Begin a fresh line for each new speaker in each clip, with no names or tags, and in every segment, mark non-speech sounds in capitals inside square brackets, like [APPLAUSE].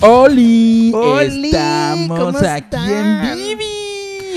Oli,
Oli,
estamos
¿cómo
aquí en
están?
Vivi.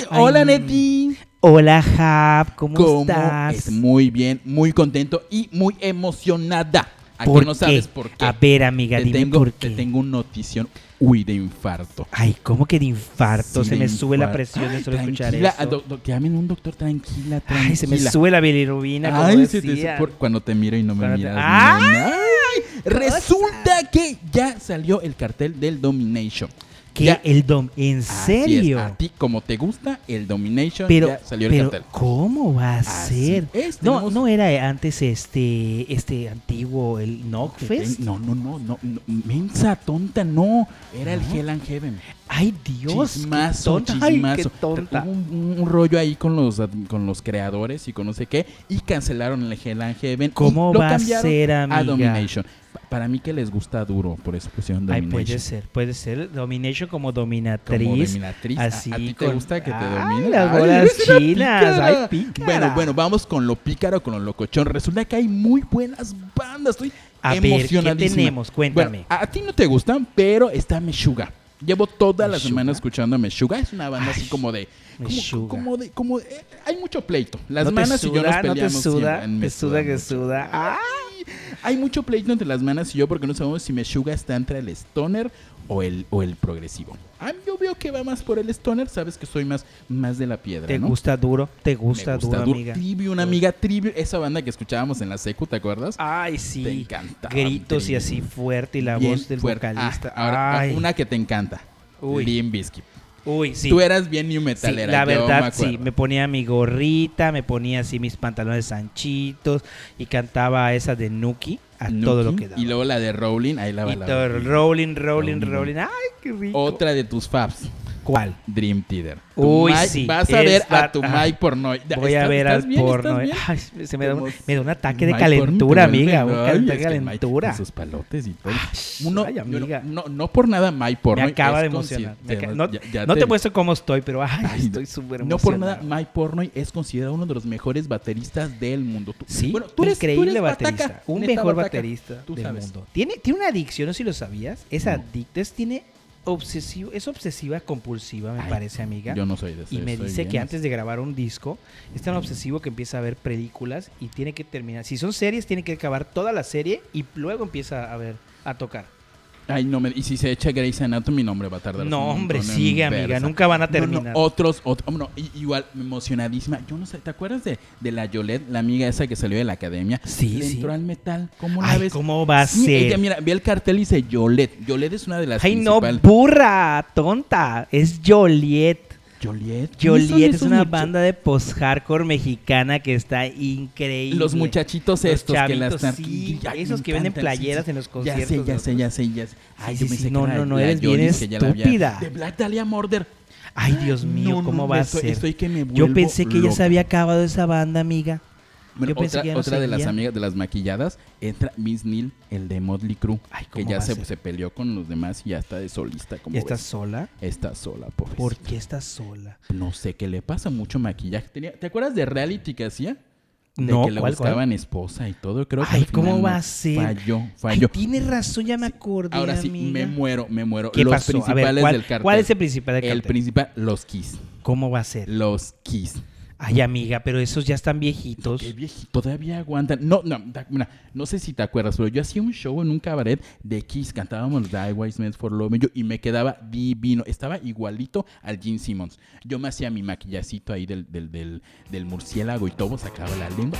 Ay.
Hola Neti.
Hola, Hab, ¿cómo, estás?
es? Muy bien, muy contento y muy emocionada. Aquí
¿Por
no
qué?
sabes por qué.
A ver, amiga,
te,
dime
tengo,
por
te
qué.
tengo un notición. Uy, de infarto.
Ay, ¿cómo que de infarto?
Sí,
se
de
me sube la
infarto.
presión de solo escuchar
Tranquila, ah,
eso.
doc- doc- que llamen un doctor, tranquila, tranquila.
Ay, se me sube la bilirrubina, como
Ay, se te
decía.
supo- cuando te miro y no me
Cuando te-
miras.
¡Ay!
nena. Ay, Resulta que ya salió el cartel del Domination.
¿Qué?
Ya-
El dom, ¿en
Así es,
serio?
a ti como te gusta el Domination
pero,
ya salió el
pero
cartel.
¿cómo va a
Así
ser?
es,
no,
tenemos-
no era antes este, este antiguo, el Knockfest.
No, no, no, no, no, mensa tonta, no. Era el
¿No?
Hell and Heaven.
Ay, Dios. qué
chismazo,
tonta. Ay,
chismazo.
qué tonta.
Hubo un, un rollo ahí con los ad- con los creadores y con no sé qué y cancelaron el Hell and Heaven. y
¿Cómo
lo
va a
cambiaron
ser, amiga?
a Domination. Pa- Para mí que les gusta duro, por eso pusieron
Ay, pues,
Domination.
puede ser, puede ser. Domination como
Como
dominatriz.
dominatriz. ¿A-
Así
¿A, ti te
con-
gusta que te
Ay,
dominen?
las
Ay,
bolas
eres una
chinas,
pícara.
ay, pícara.
Bueno, bueno, vamos con lo pícaro, con lo locochón. Resulta que hay muy buenas bandas. Estoy
A ver, ¿qué
emocionadísimo.
tenemos? Cuéntame.
a, a ti no te gustan, pero está Meshuga. Llevo toda la
¿Meshuggah?
semana escuchando a Meshuga. Es una banda así
Ay,
como de... como- Como,
Meshuggah.
de... Como, eh, hay mucho pleito. Las
no te
manas y yo nos
suda, no te
peleamos
suda,
siempre. Me
te suda que
mucho.
suda. Ah,
Hay mucho pleito entre las manas y yo porque no sabemos si Meshuga está entre el stoner o el, o el progresivo. Ah, yo veo que va más por el stoner, sabes que soy más, más de la piedra,
te
¿no?
gusta duro, te
Me
gusta, duro,
Dur-
amiga.
Tribu, una amiga Tribu, esa banda que escuchábamos en la secu, ¿te acuerdas?
Ay, sí.
Te encantaba,
Gritos y
Tribu.
así fuerte y Ah, la
Bien
voz del
fuerte. Ah,
vocalista.
ahora,
Ay.
una que te encanta.
Uy.
Limp Bizkit.
Uy, sí.
Tú eras bien new
Sí,
metalera.
la
yo me
verdad, sí,
acuerdo.
me ponía mi gorrita, me ponía así mis pantalones anchitos y cantaba esa de Nuki a todo lo
Nuki,
que daba.
Y luego la de Rowling, ahí la
Y
balaba.
todo, rolling, rolling,
Rolling.
rolling. Ay, qué rico.
Otra de tus faps.
¿Cuál?
Dream Theater. Tu
Uy,
Mike-
sí,
Vas a
es
ver a
bat-
tu
ajá.
Mike porno.
Voy a
¿Estás-
ver al
estás bien? ¿Estás
porno. eh?
bien?
Ay, se me da, un,
Como
me da un ataque de
Mike porno,
calentura,
te vuelve
amiga. Un
loco. Ay,
ataque
es
de
que el Mike
calentura.
con sus palotes y todo.
Ay,
Uno,
ay,
yo no-
amiga.
No, no por nada Mike porno.
me acaba
es
de emocionar.
consi-
Me
te-
aca- no
ya- ya
no te
vi.
muestro cómo estoy, pero ay,
Ay,
estoy súper
No por nada,
emocionado.
Mike Pornoy es considerado uno de los mejores bateristas del mundo. Tú-
Sí,
bueno, tú eres, tú
increíble
eres bataca,
baterista. un
neta
mejor
bataca.
baterista
Tú
del
sabes. Mm.
mundo. Tiene, tiene una adicción, no sé si lo sabías. Es
No.
adicta, es- tiene obsesivo, es obsesiva compulsiva, me
Ay,
parece, amiga.
Yo no soy de eso.
y me
soy pues,
dice
bien así.
que antes de grabar un disco es tan obsesivo que empieza a ver películas y tiene que terminar. Si son series, tiene que acabar toda la serie y luego empieza a ver, a tocar.
Ay, no me. Y si se echa Grey's Anatomy, no, hombre, va a tardar. un
No, hombre,
montón en
sigue, amiga.
verse.
Nunca van a
No, no,
terminar.
otros, otros. No, i- igual, emocionadísima. Yo no sé, ¿te acuerdas de, de la Yolette, la amiga esa que salió de la academia?
Sí,
Le
sí.
entró al metal. ¿Cómo la
Ay,
ves?
¿cómo va a
Sí,
ser?
ella, mira, ve el cartel y dice Yolette. Yolette es una de las
Ay, no,
principales.
burra, tonta. Es Joliet.
Joliet. ¿Quiénes son
Joliet es
esos
una
mucha-
banda de post-hardcore mexicana que está increíble.
Los muchachitos
Los
estos que las
chavitos,
están-
sí,
Ay, me
esos que venden
encantan, sí,
playeras
sí.
en los
Ya
conciertos.
sé, ya
¿no?
sé, ya sé, ya sé. Ay,
Sí,
yo
sí,
pensé
sí,
que
no,
era
no, no,
la
eres bien
Yolis, que ya la había-
estúpida.
De Black Dahlia Murder.
Ay, Dios mío,
No, no,
¿cómo
no,
va a
estoy-
ser?
Estoy que me
Yo
vuelvo
pensé que ya
loco.
se había acabado esa banda, amiga.
Bueno,
Yo pensé
otra,
que ya no
otra de las
seguía.
amigas de las maquilladas entra Miss Neal, el de Motley Crue,
Ay, ¿cómo
que ya
va a
se,
ser?
se peleó con los demás y ya está de solista. Como
¿Y estás
ves.
sola?
Está sola, pobre.
¿Por qué estás sola?
No sé qué le pasa, mucho maquillaje. Tenía- ¿Te acuerdas de reality que hacía? De
No,
que le
¿cuál, cuál?
buscaban esposa y todo. Creo que
Ay,
al final
¿cómo va
no.
a ser?
Falló,
Ay,
falló.
tienes razón, ya me acordé,
Ahora sí, me
amiga.
muero, me muero.
¿Qué
los
pasó? A ver,
principales
¿cuál-
del cartel.
¿Cuál es el principal del
El
cartel?
principal, los Kiss.
¿Cómo va a ser?
Los Kiss.
Ay, amiga, pero esos ya están viejitos.
Qué vieji- Todavía aguantan. No, no, ta- mira, no sé si te acuerdas, pero yo hacía un show en un cabaret de Kiss. Cantábamos Die Wise Men for Love. Yo, y me quedaba divino. Estaba igualito al Gene Simmons. Yo me hacía mi maquillacito ahí del, del, del, del murciélago y todo. Sacaba la lengua.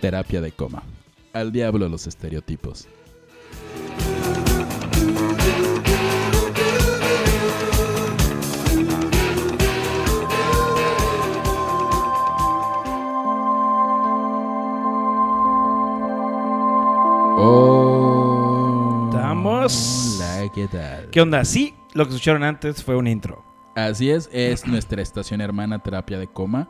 Terapia de coma. Al diablo los estereotipos. Oh.
Estamos.
Hola, ¿qué tal?
¿Qué onda? Sí, lo que escucharon antes fue un intro.
Así es, es nuestra estación hermana Terapia de Coma.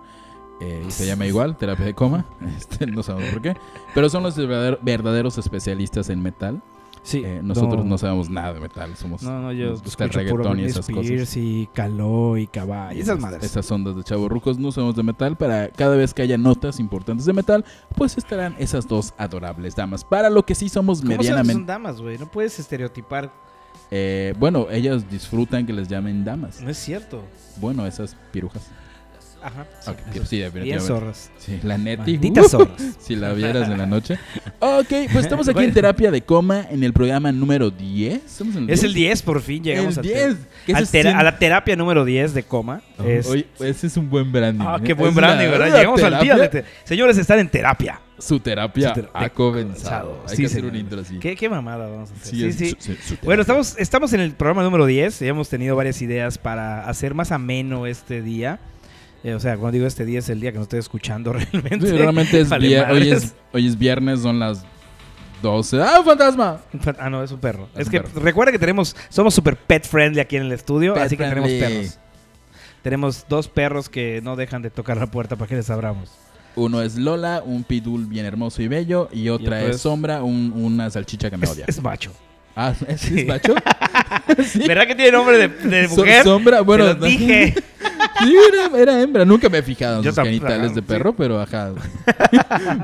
Eh, se llama igual, Terapia [LAUGHS] de Coma. Este, no sabemos por qué. Pero son los verdader- verdaderos especialistas en metal.
Sí,
Eh, nosotros no.
no.
sabemos nada de metal. Somos
No, no, yo
nos gusta el
escucho puro
reggaetón y
Britney
esas cosas.
Spears y Caló y Caballo. Esas madres.
Esas ondas de chavos rucos no sabemos de metal. Para cada vez que haya notas importantes de metal, pues estarán esas dos adorables damas. Para lo que sí somos
¿Cómo sabes que son
medianamente.
damas, güey? No puedes estereotipar.
eh, bueno, ellas disfrutan que les llamen damas.
No es cierto.
Bueno, esas pirujas.
Ajá. sí.
Ok, sí,
Bien
definitivamente.
zorras.
Sí, la neti.
Malditas
uh,
zorras.
Si la vieras en la noche. [LAUGHS] Ok, pues estamos aquí en
Bueno.
terapia de coma en el programa número 10. ¿Estamos en
Es el 10, por fin
El
llegamos al
10. que
al
ese
tera-
sí-
a la terapia número 10 de coma. Es-
Oye, ese es un buen branding.
Ah,
¿eh?
qué buen
Es una-
branding, ¿verdad?
una
Llegamos al día de...
terapia.
te- Señores, están en terapia.
Su terapia
Su ter-
ha comenzado. Hay
Sí,
que hacer
señor.
un intro así.
¿Qué, qué mamada vamos a hacer.
Sí,
Sí,
es-
sí.
su- su- su
Bueno,
terapia.
estamos, estamos en el programa número 10. Ya hemos tenido varias ideas para hacer más ameno este día. Eh, o sea, cuando digo este día es el día que no estoy escuchando [LAUGHS] realmente.
Sí, realmente es,
[LAUGHS] Vale
vier- hoy es,
madres.
hoy es viernes, son las 12. ¡Ah, un fantasma!
Ah, no, es un perro.
Es
Es,
un
que
perro.
recuerda que tenemos, somos super pet friendly aquí en el estudio,
Pet
así que
friendly.
tenemos perros. Tenemos dos perros que no dejan de tocar la puerta para que les abramos.
Uno es Lola, un pidul bien hermoso y bello. Y otra
otro
es
es-
Sombra, un- una salchicha
[LAUGHS]
que me
Es,
odia.
es macho.
Ah, [LAUGHS] ¿es, es macho?
[LAUGHS]
Sí.
¿Verdad que tiene nombre de, de
So-
mujer?
sombra, bueno.
Te lo dije.
[LAUGHS] Sí, era, era hembra. Nunca me he fijado en
Yo
sus
tampoco,
genitales
ajá,
de
sí.
perro, pero ajá.
[LAUGHS]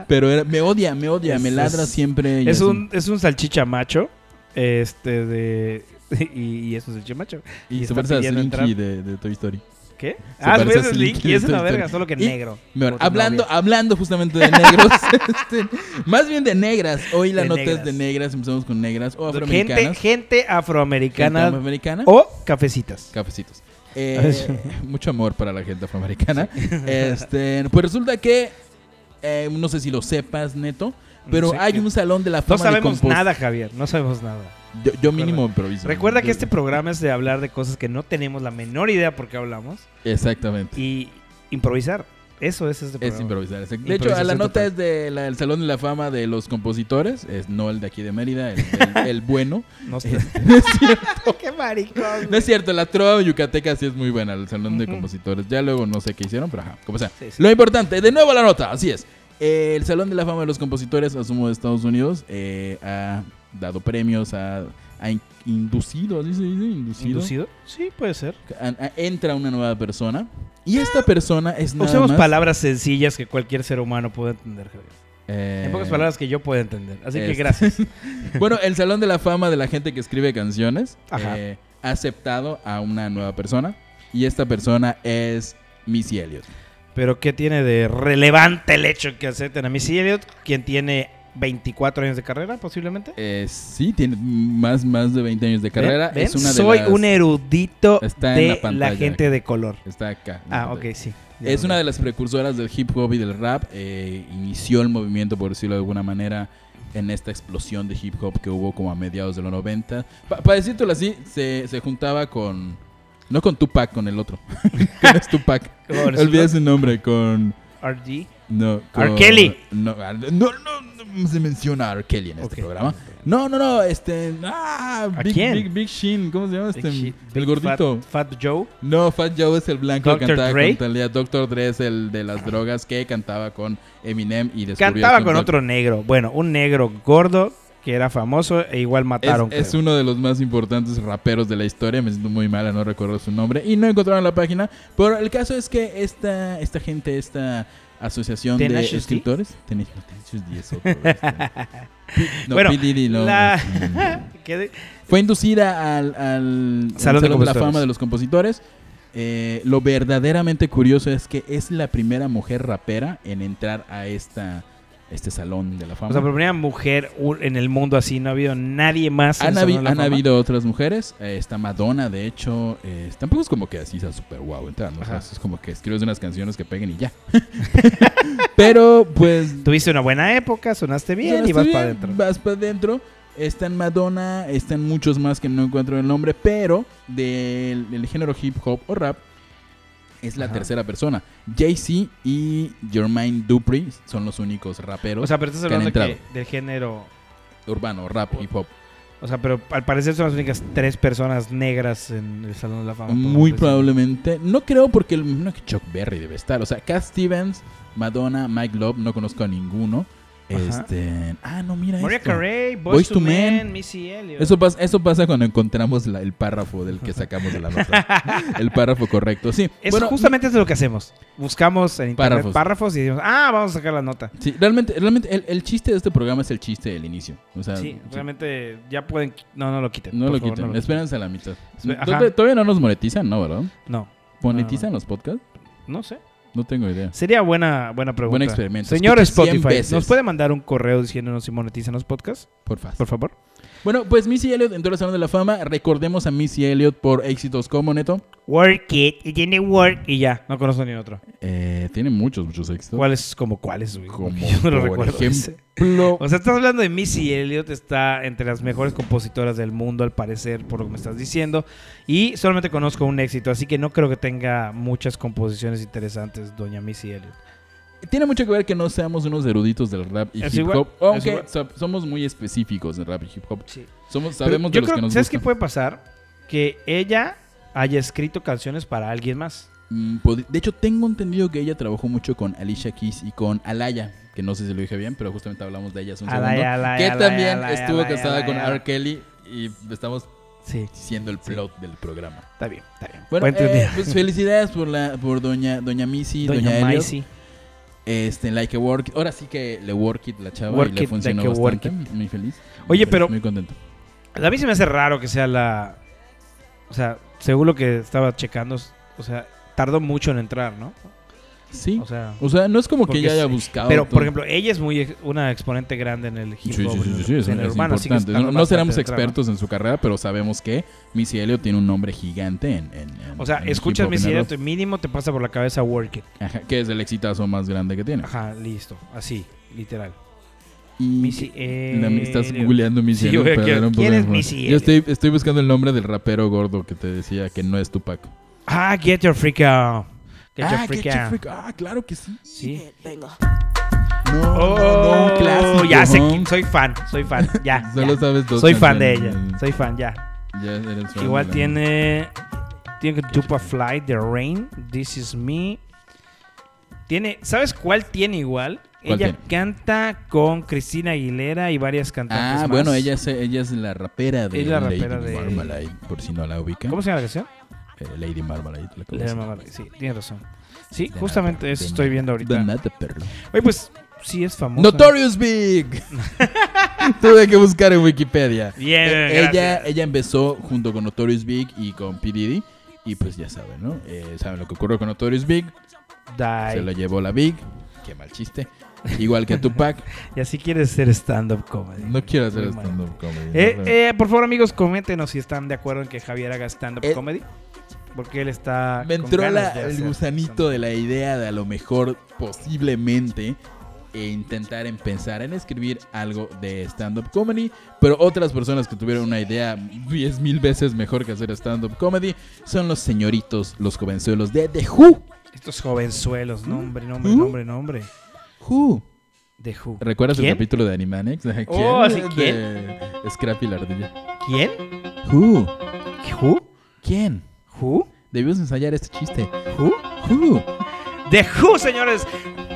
pero era- me odia, me odia,
Es-
me ladra
es-
siempre. y
Es
así.
un, es un salchicha macho. Este de. [LAUGHS] Y, y es un salchicha macho.
Y,
y
se
está
parece a
pidiendo
Slinky
entrar.
de, de Toy Story.
¿Qué? ah,
parece
pues
a
es
Slinky
Slinky. Es
de
una
Toy Story.
verga, solo que
Y-
negro.
Bueno,
como tu
hablando,
novia.
hablando justamente de negros, [LAUGHS] este, más bien de negras. Hoy la
De
nota es
negras.
de negras, empezamos con negras o
Gente,
afroamericanas.
gente afroamericana
afroamericana.
o cafecitas.
Cafecitos. Eh, [LAUGHS] mucho amor para la gente afroamericana. Este, pues resulta que, eh, no sé si lo sepas, Neto, pero
Sí.
hay un salón de la
No
fama de
sabemos
compost-
nada, Javier. No sabemos nada.
Yo, yo mínimo improviso.
Recuerda que
Yo-
este programa es de hablar de cosas que no tenemos la menor idea por qué hablamos
Exactamente.
y improvisar. Eso es este
Es
programa.
improvisar. exacto. De hecho, a la
Improvisación
nota
total.
es del Salón de la Fama de los Compositores, es no el de aquí de Mérida, el, el- el
[LAUGHS]
bueno.
No
[LAUGHS]
sé.
No es cierto.
[LAUGHS] qué maricón.
No es cierto, la trova yucateca sí es muy buena, el salón de
Ujú.
compositores. Ya luego no sé qué hicieron, pero ajá, como sea.
Sí, sí.
Lo importante, de nuevo la nota, así es. Eh, el Salón de la Fama de los Compositores, asumo de Estados Unidos, eh, ha dado premios, ha, ha in- inducido, ¿sí se dice? Inducido.
¿Inducido? Sí, puede ser.
A- a- entra una nueva persona y esta persona es nada
Usemos
más,
palabras sencillas que cualquier ser humano pueda entender, Javier.
eh,
En pocas palabras que yo pueda entender. Así que
este. [LAUGHS]
gracias.
Bueno, el Salón de la Fama de la gente que escribe canciones
Ajá.
eh, ha aceptado a una nueva persona y esta persona es Missy Elliott.
Pero ¿qué tiene de relevante el hecho que acepten a Missy Elliott, quien tiene 24 años de carrera posiblemente?
Eh, sí, tiene más, más de 20 años de carrera.
¿Ven?
Es una de
Soy
las-
un erudito
Está en la
de la,
pantalla.
gente de color.
Está acá.
Ah, ok, sí. Ya
Es
lo
una
veo.
de las precursoras del hip hop y del rap. eh, inició el movimiento, por decirlo de alguna manera, en esta explosión de hip hop que hubo como a mediados de los 90. Para decírtelo así, se, se juntaba con... No con Tupac, con el otro. [LAUGHS] con es
[LAUGHS]
Tupac.
¿Cómo le
Olvidé su nombre, con...
RG.
No,
R.
con-
Kelly.
No, ah, no, no, no se menciona a R. Kelly en este
Ok.
programa. No, no, no, este. Ah,
¿A
Big,
quién?
Big, Big Shin, ¿cómo se llama este?
Big shit,
el
big
gordito.
Fat, Fat Joe.
No, Fat Joe es el blanco que
Dr.
cantaba
Dre.
con Talía. Doctor Dre es el de las drogas que cantaba con Eminem y descubrió
Cantaba
el
con
control.
otro negro. Bueno, un negro gordo que era famoso e igual mataron.
Es, es
creo.
uno de los más importantes raperos de la historia. Me siento muy mal a no recordar su nombre. Y no encontraron la página. Pero el caso es que esta, esta gente, esta asociación de
Tenacious D.
escritores. Tenés, no, Tenacious D es otro,
[LAUGHS]
este. P- no,
Bueno,
P. Diddy no,
la-
este,
¿Qué de-
Fue inducida al, al- al
Salón de
la
Compositores.
Fama de los Compositores. Eh, lo verdaderamente curioso es que es la primera mujer rapera en entrar a esta, este Salón de la Fama.
O sea, por primera mujer un- en el mundo así, no ha habido nadie más. en
Han, habi-
el Salón de la
han
Fama.
habido otras mujeres. eh, está Madonna, de hecho. eh, tampoco es como que así sea super guau entrando. o sea,
Ajá.
es como que escribes unas canciones que peguen y ya. [LAUGHS] Pero pues.
Tuviste una buena época, sonaste bien
sonaste
y vas
bien,
para adentro.
Vas para adentro. Está en Madonna, están muchos más que no encuentro el nombre, pero del, del género hip hop o rap es la
Ajá.
tercera persona. Jay-Z y Jermaine Dupri son los únicos raperos
O sea, pero estás
que han
hablando que del género.
urbano, rap, hip hop.
O sea, pero al parecer son las únicas tres personas negras en el Salón de la Fama. podemos
Muy
decir.
probablemente. No creo porque el no, que Chuck Berry debe estar. O sea, Cass Stevens, Madonna, Mike Love, no conozco a ninguno. Este, ah, no, mira
Maria
esto.
Carey, Boys,
Boys
to,
to
Men,
Men.
Missy Elliott.
Eso pasa, eso pasa cuando encontramos la- el párrafo del que sacamos de la
[LAUGHS]
nota. el párrafo correcto, sí.
Eso
bueno,
justamente es lo que hacemos. Buscamos en internet
Párrafos.
párrafos, y decimos, ah, vamos a sacar la nota.
mm, sí, realmente, realmente el, el chiste de este programa es el chiste del inicio. O sea,
Sí,
sí.
realmente ya pueden... qui- No, no lo quiten.
No
por
lo
favor,
quiten,
no
espérense a la mitad.
Espe- ajá. Ah,
Todavía- Todavía no nos monetizan, ¿no, verdad?
No,
¿Monetizan los podcasts?
no sé.
No tengo idea.
Sería buena, buena pregunta.
Buen experimento.
Señor
Escuche 100
Spotify,
veces.
¿nos puede mandar un correo diciéndonos si monetizan los podcasts?
Por favor.
Por favor.
Bueno, pues Missy Elliott entró al Salón de la Fama. Recordemos a Missy Elliott por éxitos como Neto.
Work it, y tiene work y ya. No conozco ni otro.
Eh, tiene muchos, muchos éxitos.
¿Cuáles? Como cuáles, güey?
Como,
[LAUGHS] Yo no lo
por
recuerdo. ese.
ejemplo,
O sea, estás hablando de Missy Elliott, está entre las mejores compositoras del mundo, al parecer, por lo que me estás diciendo. Y solamente conozco un éxito, así que no creo que tenga muchas composiciones interesantes, doña Missy Elliott.
tiene mucho que ver que no seamos unos eruditos del rap y
Es
hip
igual,
hop.
es
Aunque
igual.
so- somos muy específicos en rap y hip hop.
Sí.
Somos, sabemos de
yo
los
creo,
que nos
¿Sabes qué
gustan.
puede pasar? Que ella haya escrito canciones para alguien más.
Mm, pod- De hecho, tengo entendido que ella trabajó mucho con Alicia Keys y con Alaya. Que no sé si lo dije bien, pero justamente hablamos de ella hace un
Alaya,
segundo.
Alaya,
que
Alaya,
también
Alaya,
estuvo
Alaya,
casada con
Alaya.
R. Kelly y estamos
Sí,
diciendo el plot del programa.
está bien, está bien.
Bueno,
Cuente un
eh,
día.
pues felicidades por la por doña doña Missy, doña,
doña
Elliot.
Missy.
Este, like a work. it. Ahora sí que le work it la chava
Work
y le
it,
funcionó
like a work
bastante. Muy feliz. Muy
Oye,
feliz,
pero-
muy contento.
A mí se me hace raro que sea la... O sea, según lo que estaba checando, o sea, tardó mucho en entrar, ¿no?
Sí.
O sea...
O sea, no es como que
porque
ella haya
sí.
buscado.
Pero,
todo.
por ejemplo, ella es muy ex- una exponente grande en el
Sí,
hip
sí,
hop.
sí, sí,
en
sí,
el-
es,
en el
es
urbano, así que
importante.
está
No, no
bastante
seremos
atrás, ¿no?
expertos en su carrera, pero sabemos que Missy Elliott tiene un nombre gigante en. en- en-
O sea,
en hip
escuchas
hop
mis
en el
ideas,
rock.
mínimo te pasa por la cabeza Work It.
Ajá, que es el exitazo más grande que tiene.
Ajá, listo. Así, literal. eh,
Y
Missy
La-
Elliott.
estás googleando Missy
Sí,
Elliott
güey,
para
¿quién-
dar un poco
quién
de
es
información.
Missy
Yo
Elliott?
estoy, estoy buscando el nombre del rapero gordo que te decía que no es Tupac.
Ah, Get Your Freak Out. Get
ah,
Your Freak
Get Your
Out.
Freak- Ah, claro que sí.
Sí.
No,
Oh,
no, no, un clásico.
ya sé,
¿no?
que- soy fan, soy fan, ya.
[LAUGHS] Solo
ya.
sabes dos
Soy fan de
canciones.
ella, soy fan, ya.
Ya eres fan
Igual
de la-
tiene. Tiene Dupa Fly, The Rain, This Is Me. Tiene. ¿Sabes cuál tiene igual?
¿Cuál
ella
tiene?
canta con Cristina Aguilera y varias
Ah,
cantantes. más.
bueno, ella es, ella es la rapera de
Es la
Lady
rapera de-
Marmalade, por si no la ubican.
¿Cómo se llama la canción?
Eh, Lady Marmalade. la que
Lera
usa.
Mamá, Sí, tienes razón. Sí,
De
justamente
nada,
eso
de
estoy
nada, de
viendo ahorita.
nada, perro.
Oye, pues sí es famosa.
Notorious Big. [LAUGHS] Tuve que buscar en Wikipedia.
Bien,
Eh,
gracias.
ella, ella empezó junto con Notorious Big y con P. Diddy. Y pues ya saben, ¿no? Eh, saben lo que ocurrió con Notorious Big.
Die.
Se lo llevó la Big. Qué mal chiste. Igual que Tupac.
Y así quieres ser stand-up comedy.
No quiero hacer
Muy mal.
stand-up comedy.
Eh,
no sé.
eh, por favor, amigos, coméntenos si están de acuerdo en que Javier haga stand-up
Eh,
comedy. Porque él está.
Me
con
entró
ganas
la-
de
el
hacer
gusanito de la idea de a lo mejor posiblemente e intentar en pensar en escribir algo de stand-up comedy, pero otras personas que tuvieron una idea 10 mil veces mejor que hacer stand-up comedy son los señoritos, los jovenzuelos de The Who.
stand-up. Estos jovenzuelos, nombre, nombre,
¿Mm?
nombre, nombre.
Who.
De Who.
¿Recuerdas el
¿Quién?
capítulo de Animaniacs? [LAUGHS] ¿Quién?
Oh, sí, ¿quién?
De Scrappy la ardilla.
¿Quién?
Who.
¿Who?
¿Quién?
¿Who?
Debimos ensayar este chiste.
¿Who?
Who.
De Who, señores.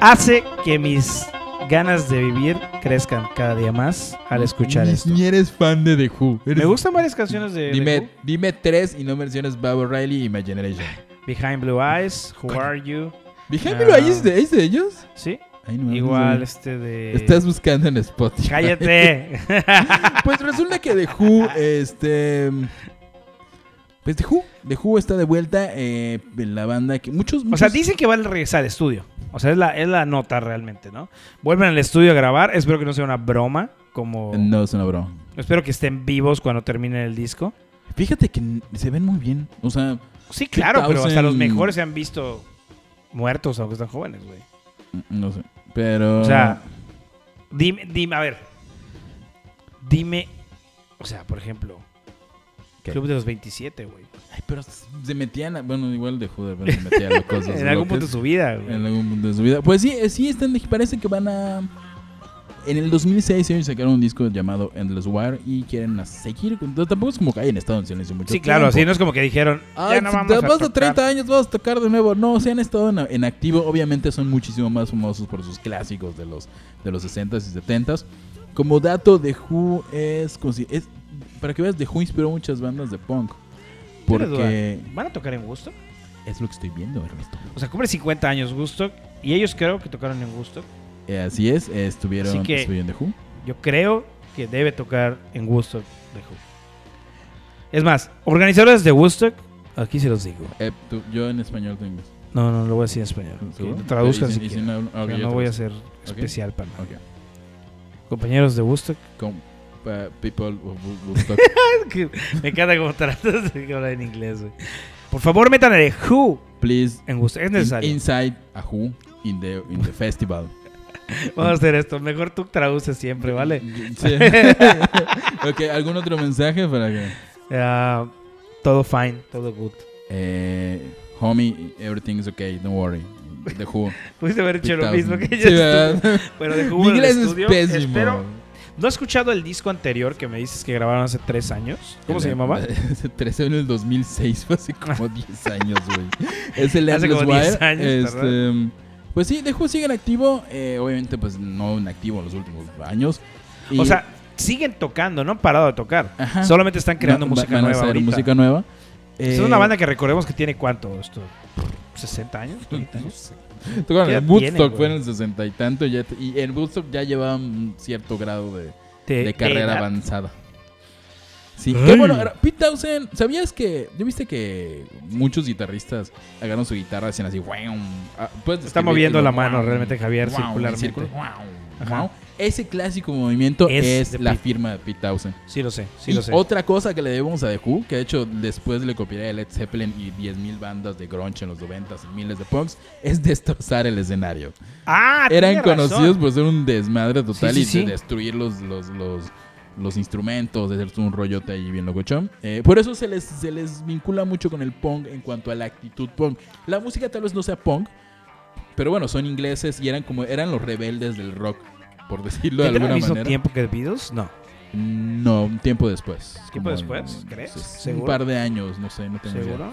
Hace que mis ganas de vivir crezcan cada día más al escuchar
ni,
esto.
ni eres fan de The Who.
Me
Eres
gustan varias canciones de. de
Dime,
Who.
dime tres y no menciones Bob O'Reilly y My
[LAUGHS]
Generation.
Behind Blue Eyes, Who Are You.
Behind Blue Eyes de, es de ellos.
¿Sí?
Ay, no,
Igual
no sé.
este de.
Estás buscando en Spotify.
¡Cállate!
[LAUGHS]
[LAUGHS]
Pues resulta que The Who, este. Pues The Who. The Who está de vuelta eh, en la banda que muchos.
O
muchos-
sea, dicen que van a regresar al estudio. O sea, es la, es la nota realmente, ¿no? Vuelven al estudio a grabar. Espero que no sea una broma. Como.
Eh, No, es una broma.
Espero que estén vivos cuando termine el disco.
Fíjate que n- se ven muy bien. O sea,
Sí, claro, pero hasta
2000.
los mejores se han visto muertos, aunque están jóvenes, güey.
n- no sé. Pero.
O sea, dime, dime, a ver. Dime. O sea, por ejemplo.
¿Qué?
Club de los 27, güey.
Ay, pero se metían. a- Bueno, igual The Who de repente se
[LAUGHS]
metían a cosas.
en algún
locas.
punto de su vida, güey.
En algún punto de su vida. Pues sí, eh, sí, están, de- parece que van a En el 2006 ellos sacaron un disco llamado Endless Wire y quieren a- seguir. con- Tampoco es como que hayan estado en silencio mucho
Sí, claro,
tiempo.
así no es como que dijeron,
Ay,
ya no
si
vamos a
te vas
tocar.
30 años, vamos a tocar de nuevo. No, se han estado en, en activo. Obviamente son muchísimo más famosos por sus clásicos de los, de los 60s y 70s. Como dato, The Who es, consi- es- Para que veas, The Who inspiró muchas bandas de punk.
Tienes
Porque
¿Van a tocar en gusto?
es lo que estoy viendo, Ernesto.
O sea, cumple 50 años gusto y ellos creo que tocaron en gusto.
Eh, así es, eh, estuvieron,
Así que-
estuvieron The Who.
Yo creo que debe tocar en Woodstock de Who. Es más, organizadores de Woodstock, aquí se los digo.
Eh, tú- yo en español tengo.
No, no, lo voy a decir en español.
¿Seguro?
Que Traduzcan
Y
si
y
quieren.
no- ah, ok, ya
Pero no voy a
traduzco.
ser especial para nada.
Ok.
Compañeros de Woodstock. [LAUGHS]
Con, eh, people of Woodstock.
Me encanta cómo tratas de hablar en inglés, güey. Por favor, metan a The Who
Please
en Woodstock. Es
In-
necesario.
Inside a Who in the, in the festival.
Vamos a hacer esto. Mejor tú traduces siempre,
[LAUGHS]
¿vale? [LAUGHS]
Sí. ok, ¿algún otro mensaje para que...
Ah, todo fine, todo good.
Eh, homie, everything's okay, don't worry. The Who.
Pudiste haber hecho lo
2000.
mismo que
Sí,
yo.
¿verdad?
Pero
[LAUGHS]
de
Mi
Who en el
inglés es
estudio.
pésimo.
Espero- No he escuchado el disco anterior que me dices que grabaron hace tres años. ¿Cómo
El-
se
[LAUGHS]
llamaba?
Se estrenó en el 2006, fue hace
[LAUGHS]
como 10 años, güey. Es el
Hace
Endless
como 10
Wire,
años,
este,
¿verdad?
pues sí, The Who sigue en activo. eh, obviamente, pues no en activo en los últimos años. Y-
O sea, siguen tocando, no han parado de tocar.
Ajá.
Solamente están creando
Va-
música
van
nueva.
a hacer
ahorita.
música nueva.
Es
Eh,
una banda que recordemos que tiene cuánto esto.
[LAUGHS]
¿60 años? ¿30 años?
Tocaron
¿Qué edad
en Woodstock,
tienen,
fue en
güey?
el sesenta y tanto. ya t- y en Woodstock ya llevaban un cierto grado de, de carrera
edad.
avanzada. Sí,
Ay.
Eh, qué bueno. ahora, Pete Townsend, ¿sabías que. ¿Ya viste que muchos guitarristas agarran su guitarra y hacen así. "Guau"? Ah, puedes
Está
describirlo,
moviendo la mano
"Guau",
realmente Javier
"Guau", en
circularmente.
círculo, "Guau",
Ajá.
"Guau". Ese clásico movimiento
Es
es,
de
la
Pete.
firma de Pete Townsend.
Sí lo sé, sí
y
lo sé.
otra cosa que le debemos a The Who, que de hecho después le copiaré a Led Zeppelin y 10.000 bandas de grunge en los 90 y miles de punks, es destrozar el escenario.
Ah,
Eran
tiene razón.
conocidos por ser un desmadre total
Sí, sí,
y
sí.
de destruir los, los, los, los instrumentos, de hacer un rollote ahí bien locochón. Eh, por eso se les, se les vincula mucho con el punk en cuanto a la actitud punk. La música tal vez no sea punk, pero bueno, son ingleses y eran como eran los rebeldes del rock, por decirlo de
¿Tendrán
alguna
el mismo
manera.
tiempo que The Beatles? No.
No, un tiempo después.
¿Tiempo
Como
después?
en-
¿Crees?
sí,
¿Seguro?
Un par de años, no sé, no tengo idea.
¿Seguro?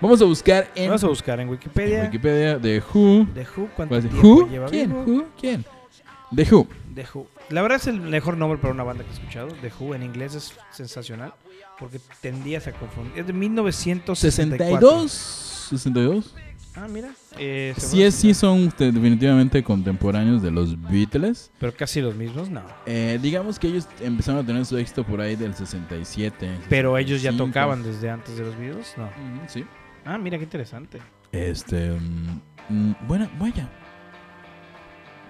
Vamos a buscar en
Vamos a buscar en Wikipedia.
Wikipedia de Who.
¿De Who cuánto
¿Cuál es?
tiempo
¿Who?
lleva
¿Quién?
vivo?
¿Who? ¿Quién? De Who.
The Who. La verdad es el mejor nombre para una banda que he escuchado. The Who en inglés es sensacional porque tendías a confundir. Es de 1962.
62. 62.
Ah, mira. Eh, se
Sí,
fue.
es, sí son de- definitivamente contemporáneos de los Beatles.
Pero casi los mismos, no.
Eh, digamos que ellos empezaron a tener su éxito por ahí del 67.
Pero ellos ya
65.
tocaban desde antes de los videos, no.
Ujú, Sí.
Ah, mira qué interesante.
Este. mm, mm, bueno, vaya.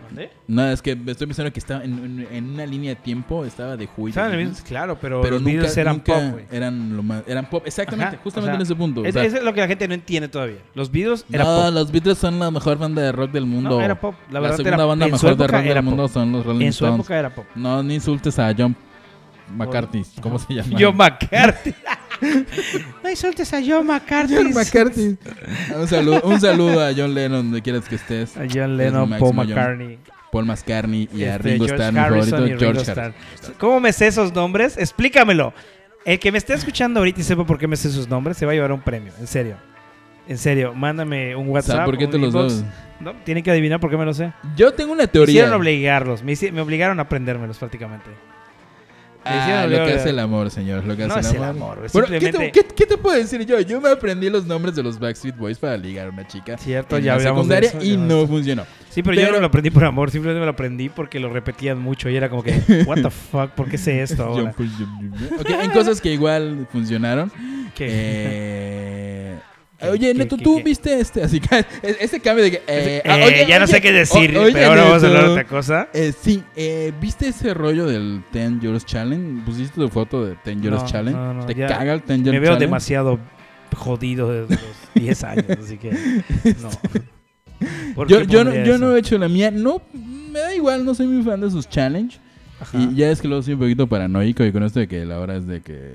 ¿Dónde?
Nada, es que estoy pensando que estaba en, en- en una línea de tiempo, estaba de Who. y
Estaban
The
en el
Beatles,
mismo- claro, pero,
Pero
los
nunca,
videos eran
nunca
pop, güey.
eran lo más. Eran pop, exactamente,
Ajá,
justamente
o sea,
en ese punto. o
Es-
sea,
Eso es lo que la gente no entiende todavía. Los videos era
no,
pop.
los Beatles son la mejor banda de rock del mundo.
No, era pop. La
La,
verdad
segunda
era,
banda
en su
mejor de
época
rock
era
del mundo
pop.
son los Rolling
En su
Stones.
época era pop.
No, no insultes a John McCartney. ¿Cómo se llama?
John McCarthy. no insultes a [LAUGHS] John McCarthy.
McCartney. un, saludo, un saludo a John Lennon, donde quieras que estés.
A John
Es
Lennon,
mi
Paul
máximo John.
McCartney,
Paul McCartney y a
este,
Ringo
George
Starr, mi
Harrison
favorito,
y Ringo
George
Starr.
Harrison.
¿Cómo me sé esos nombres? Explícamelo. El que me esté escuchando ahorita y sepa por qué me sé sus nombres, se va a llevar un premio. En serio. En serio. Mándame un
O sea,
WhatsApp.
¿Por qué
un
te los
inbox.
dos?
No, tienen que adivinar por qué me lo sé.
Yo tengo una
Quisieron
teoría.
obligarlos. Me, hici- me obligaron a aprendérmelos prácticamente. Me hicieron
Ah, lo que
obligar.
hace el amor, señor. Lo que
No
hace
es
el
el
amor.
amor, güey,
Bueno, ¿qué te-
simplemente-
¿qué, qué te puedo decir yo? Yo me aprendí los nombres de los Backstreet Boys para ligar a una chica.
Cierto,
en
ya
la
hablamos de
secundaria
eso,
y
ya
no
hablamos.
funcionó.
Sí, pero, yo
Pero-
no lo aprendí por amor. Simplemente me lo aprendí porque lo repetían mucho. Y era
[LAUGHS]
como que, ¿What the fuck? ¿Por qué sé esto ahora?
Ok, en cosas que igual funcionaron.
¿Qué?
Eh,
¿Qué,
Oye,
qué,
Neto,
qué,
¿tú
qué?
viste este? Así que [LAUGHS] e- ese cambio de que. eh, ah,
Eh,
oye,
ya no
oye,
sé qué decir,
o- oye,
pero ahora vamos a hablar de
Neto.
otra cosa.
Eh, sí, eh, ¿viste ese rollo del 10 Euros Challenge? ¿Pusiste tu foto de 10 Euros
No,
Challenge?
no, no,
¿Te
ya
caga el 10 Euros
Me
Challenge?
veo demasiado jodido desde
[LAUGHS]
los 10 años, así que no. ¿Por
Este, Yo,
qué
yo, no,
pondría
yo
eso?
no he hecho la mía. No, me da igual, no soy muy fan de sus challenge.
Ajá.
Y ya es que luego soy un poquito paranoico y con esto de que la hora es de que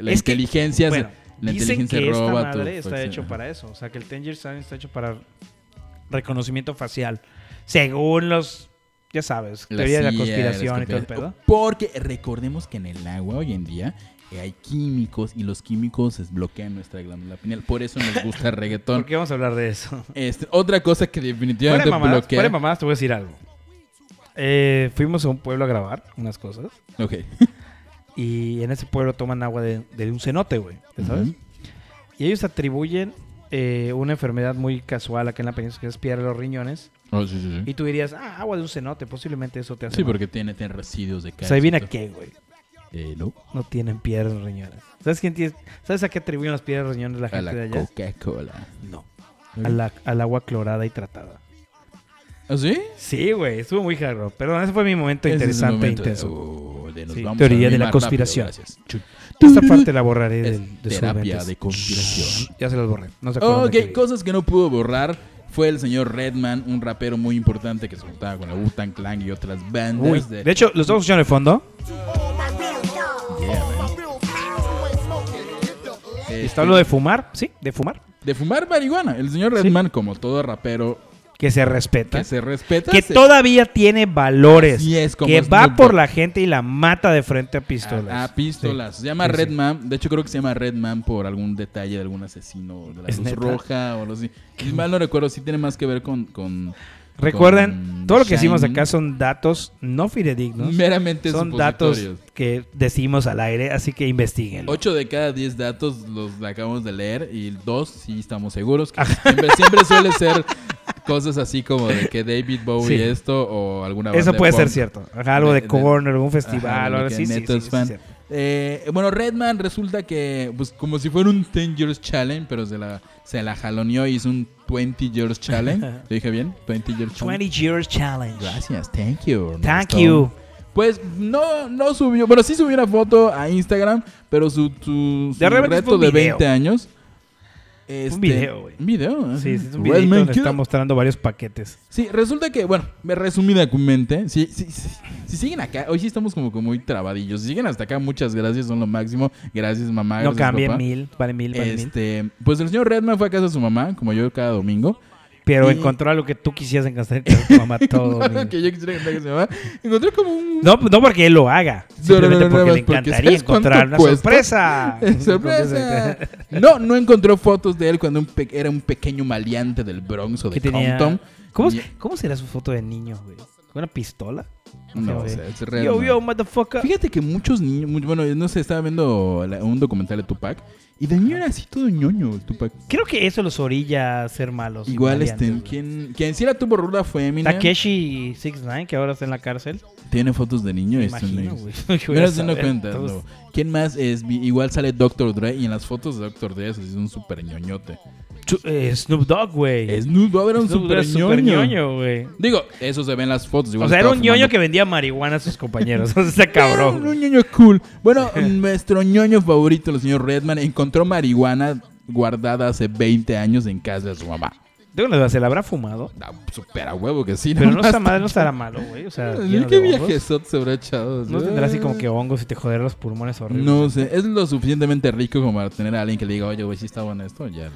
la
Es que,
inteligencia, se-
Bueno,
la
dicen
inteligencia
que esta
roba tu
madre está
facción.
hecho para eso. O sea, que el Tanger Sign está hecho para reconocimiento facial. Según los ya sabes,
La
teoría de la
CIA,
conspiración y todo el
conspiraciones.
pedo.
Porque recordemos que en el agua hoy en día eh, hay químicos y los químicos desbloquean nuestra glándula pineal. Por eso nos gusta el reggaetón.
[LAUGHS] ¿Por qué vamos a hablar de eso?
Este, otra cosa que
Fuera
definitivamente
de mamadas,
bloquea.
fuera de mamadas, te voy a decir algo. Eh, fuimos a un pueblo a grabar unas cosas.
Ok.
Y en ese pueblo toman agua de, de un cenote, güey. ¿ya ¿Sabes?
Ujú.
Y ellos atribuyen eh, una enfermedad muy casual acá en la península, que es piedra de los riñones.
Oh, sí, sí, sí.
Y tú dirías, ah, agua de un cenote, posiblemente eso te hace.
Sí,
mal".
porque tiene, tiene residuos de calcio.
¿Se adivina qué, güey?
Eh, ¿no?
No tienen piedras en los riñones. ¿Sabes, quién tiene- ¿Sabes a qué atribuyen las piedras en los riñones la
A
gente de
la
allá?
Coca-Cola.
No.
Ok.
A la- al agua clorada y tratada.
¿Ah, sí?
Sí, güey, estuvo muy hard Perdón, ese fue mi momento
Ese es el
interesante e
momento de-
intenso.
oh, de nos
Sí,
vamos
teoría
a
de la
animar
conspiración.
rápido, gracias. Chu-
Esta parte la borraré
Es
del- de, sus
terapia
mentes.
de conspiración.
Ya se las borré. No se acuerdan de qué
Ok,
vi.
cosas que no pudo borrar. Fue el señor Redman, un rapero muy importante que se juntaba con la Wu-Tang Clan y otras bandas.
Uy,
de-
de hecho, los estamos escuchando de fondo.
este,
Está hablando de fumar, ¿sí? De fumar.
de fumar marihuana. El señor Redman, como todo rapero
Que se respeta.
que se respeta,
¿Ah? Que
se-
todavía tiene valores.
Así es, como
que
Snoop
va
Dogg.
por la gente y la mata de frente a pistolas.
a, a pistolas. Se llama
Sí, sí.
Redman. De hecho, creo que se llama Redman por algún detalle de algún asesino de la
¿Es
Cruz
neta?
Roja o algo así. Si mal no recuerdo, sí tiene más que ver con. con
Recuerden,
con
todo lo que decimos
Shining.
acá son datos no fidedignos.
meramente
son datos
supositorios.
que decimos al aire, así que investiguenlo.
8 de cada 10 datos los acabamos de leer y dos sí estamos seguros. Que siempre, siempre suele ser cosas así como de que David Bowie
Sí.
esto o alguna
Eso
banda
puede
punk.
ser cierto. Ajá, algo
De-
de,
de-
corner, un
Ajá,
festival,
de
algo
que
así. Sí,
neto
sí,
es
sí,
fan.
sí, cierto.
Eh, bueno, Redman resulta que, pues como si fuera un 10 Years Challenge, pero se la, se la jaloneó y hizo un 20 Years Challenge.
[LAUGHS]
¿Lo dije bien? 20 Years Challenge.
20 Years Challenge.
Gracias, thank you. Ernesto.
Thank you.
Pues no, no subió, bueno, sí subió una foto a Instagram, pero su, su, su
De repente
reto
fue un
de
video.
20 años. este,
Un video, güey.
Un video, ajá.
Sí, es
Redman
un videito donde
Kid.
está mostrando varios paquetes.
Sí, resulta que, bueno, me resumidamente, si, si, si, si siguen acá, hoy sí estamos como que muy trabadillos. Si siguen hasta acá, muchas gracias, son lo máximo. Gracias, mamá.
No
gracias,
cambien
papá.
mil, vale mil, vale mil.
Este, pues el señor Redman fue a casa de su mamá, como yo cada domingo.
Pero
y-
encontró algo que tú quisieras encontrar que
[LAUGHS]
tu mamá todo. mil.
que yo quisiera que tenga su mamá. Encontré como un.
No, no porque él lo haga, simplemente
no, no,
porque
no,
le
porque
encantaría
¿sabes cuánto
encontrar una
cuesta? [LAUGHS]
sorpresa.
¡Sorpresa! No, no encontró fotos de él cuando un pe- era un pequeño maleante del Bronx o de
Que tenía-
Compton.
¿Cómo,
Y-
¿Cómo será su foto de niño, güey? ¿Con una pistola?
No, o sea, es Redman.
Yo, yo, motherfucker.
Fíjate que muchos niños, mu- bueno, no sé, estaba viendo la- un documental de Tupac y de niño era así todo ñoño el Tupac.
Creo que eso los orilla a ser malos. y
Igual
maleantes,
este,
güey.
quien, quien sí la tuvo ruda fue Eminem.
Takeshi 69, que ahora está en la cárcel.
Tiene fotos de niño.
Me
este,
imagino,
un-
güey. [LAUGHS]
Me das dando cuenta. no. ¿Quién más es? Vi- Igual sale Dr. Dre y en las fotos de Dr. Dre es así un super ñoñote.
eh, Snoop Dogg, güey.
Snoop Dogg era un
Snoop Dogg era
super
súper
ñoño.
ñoño, güey.
Digo, eso se ve en las fotos. igual
O sea, era
estaba
un ñoño
fumando.
que vendía marihuana a sus compañeros. [LAUGHS] O sea, está
Era [LAUGHS]
cabrón.
Un ñoño cool. Bueno, nuestro ñoño favorito, el señor Redman, encontró marihuana guardada hace 20 años en casa de su mamá.
Tengo una duda, ¿se la habrá fumado?
Ah, Super a huevo que sí.
Pero no
nomás
está mal, no estará malo, güey. O sea,
está-
lleno
¿Qué
de hongos.
viajezote se habrá echado?
No tendrá así como que hongos y te joder los pulmones horribles.
No sé, es lo suficientemente rico como para tener a alguien que le diga, oye, güey, si está bueno esto, ya.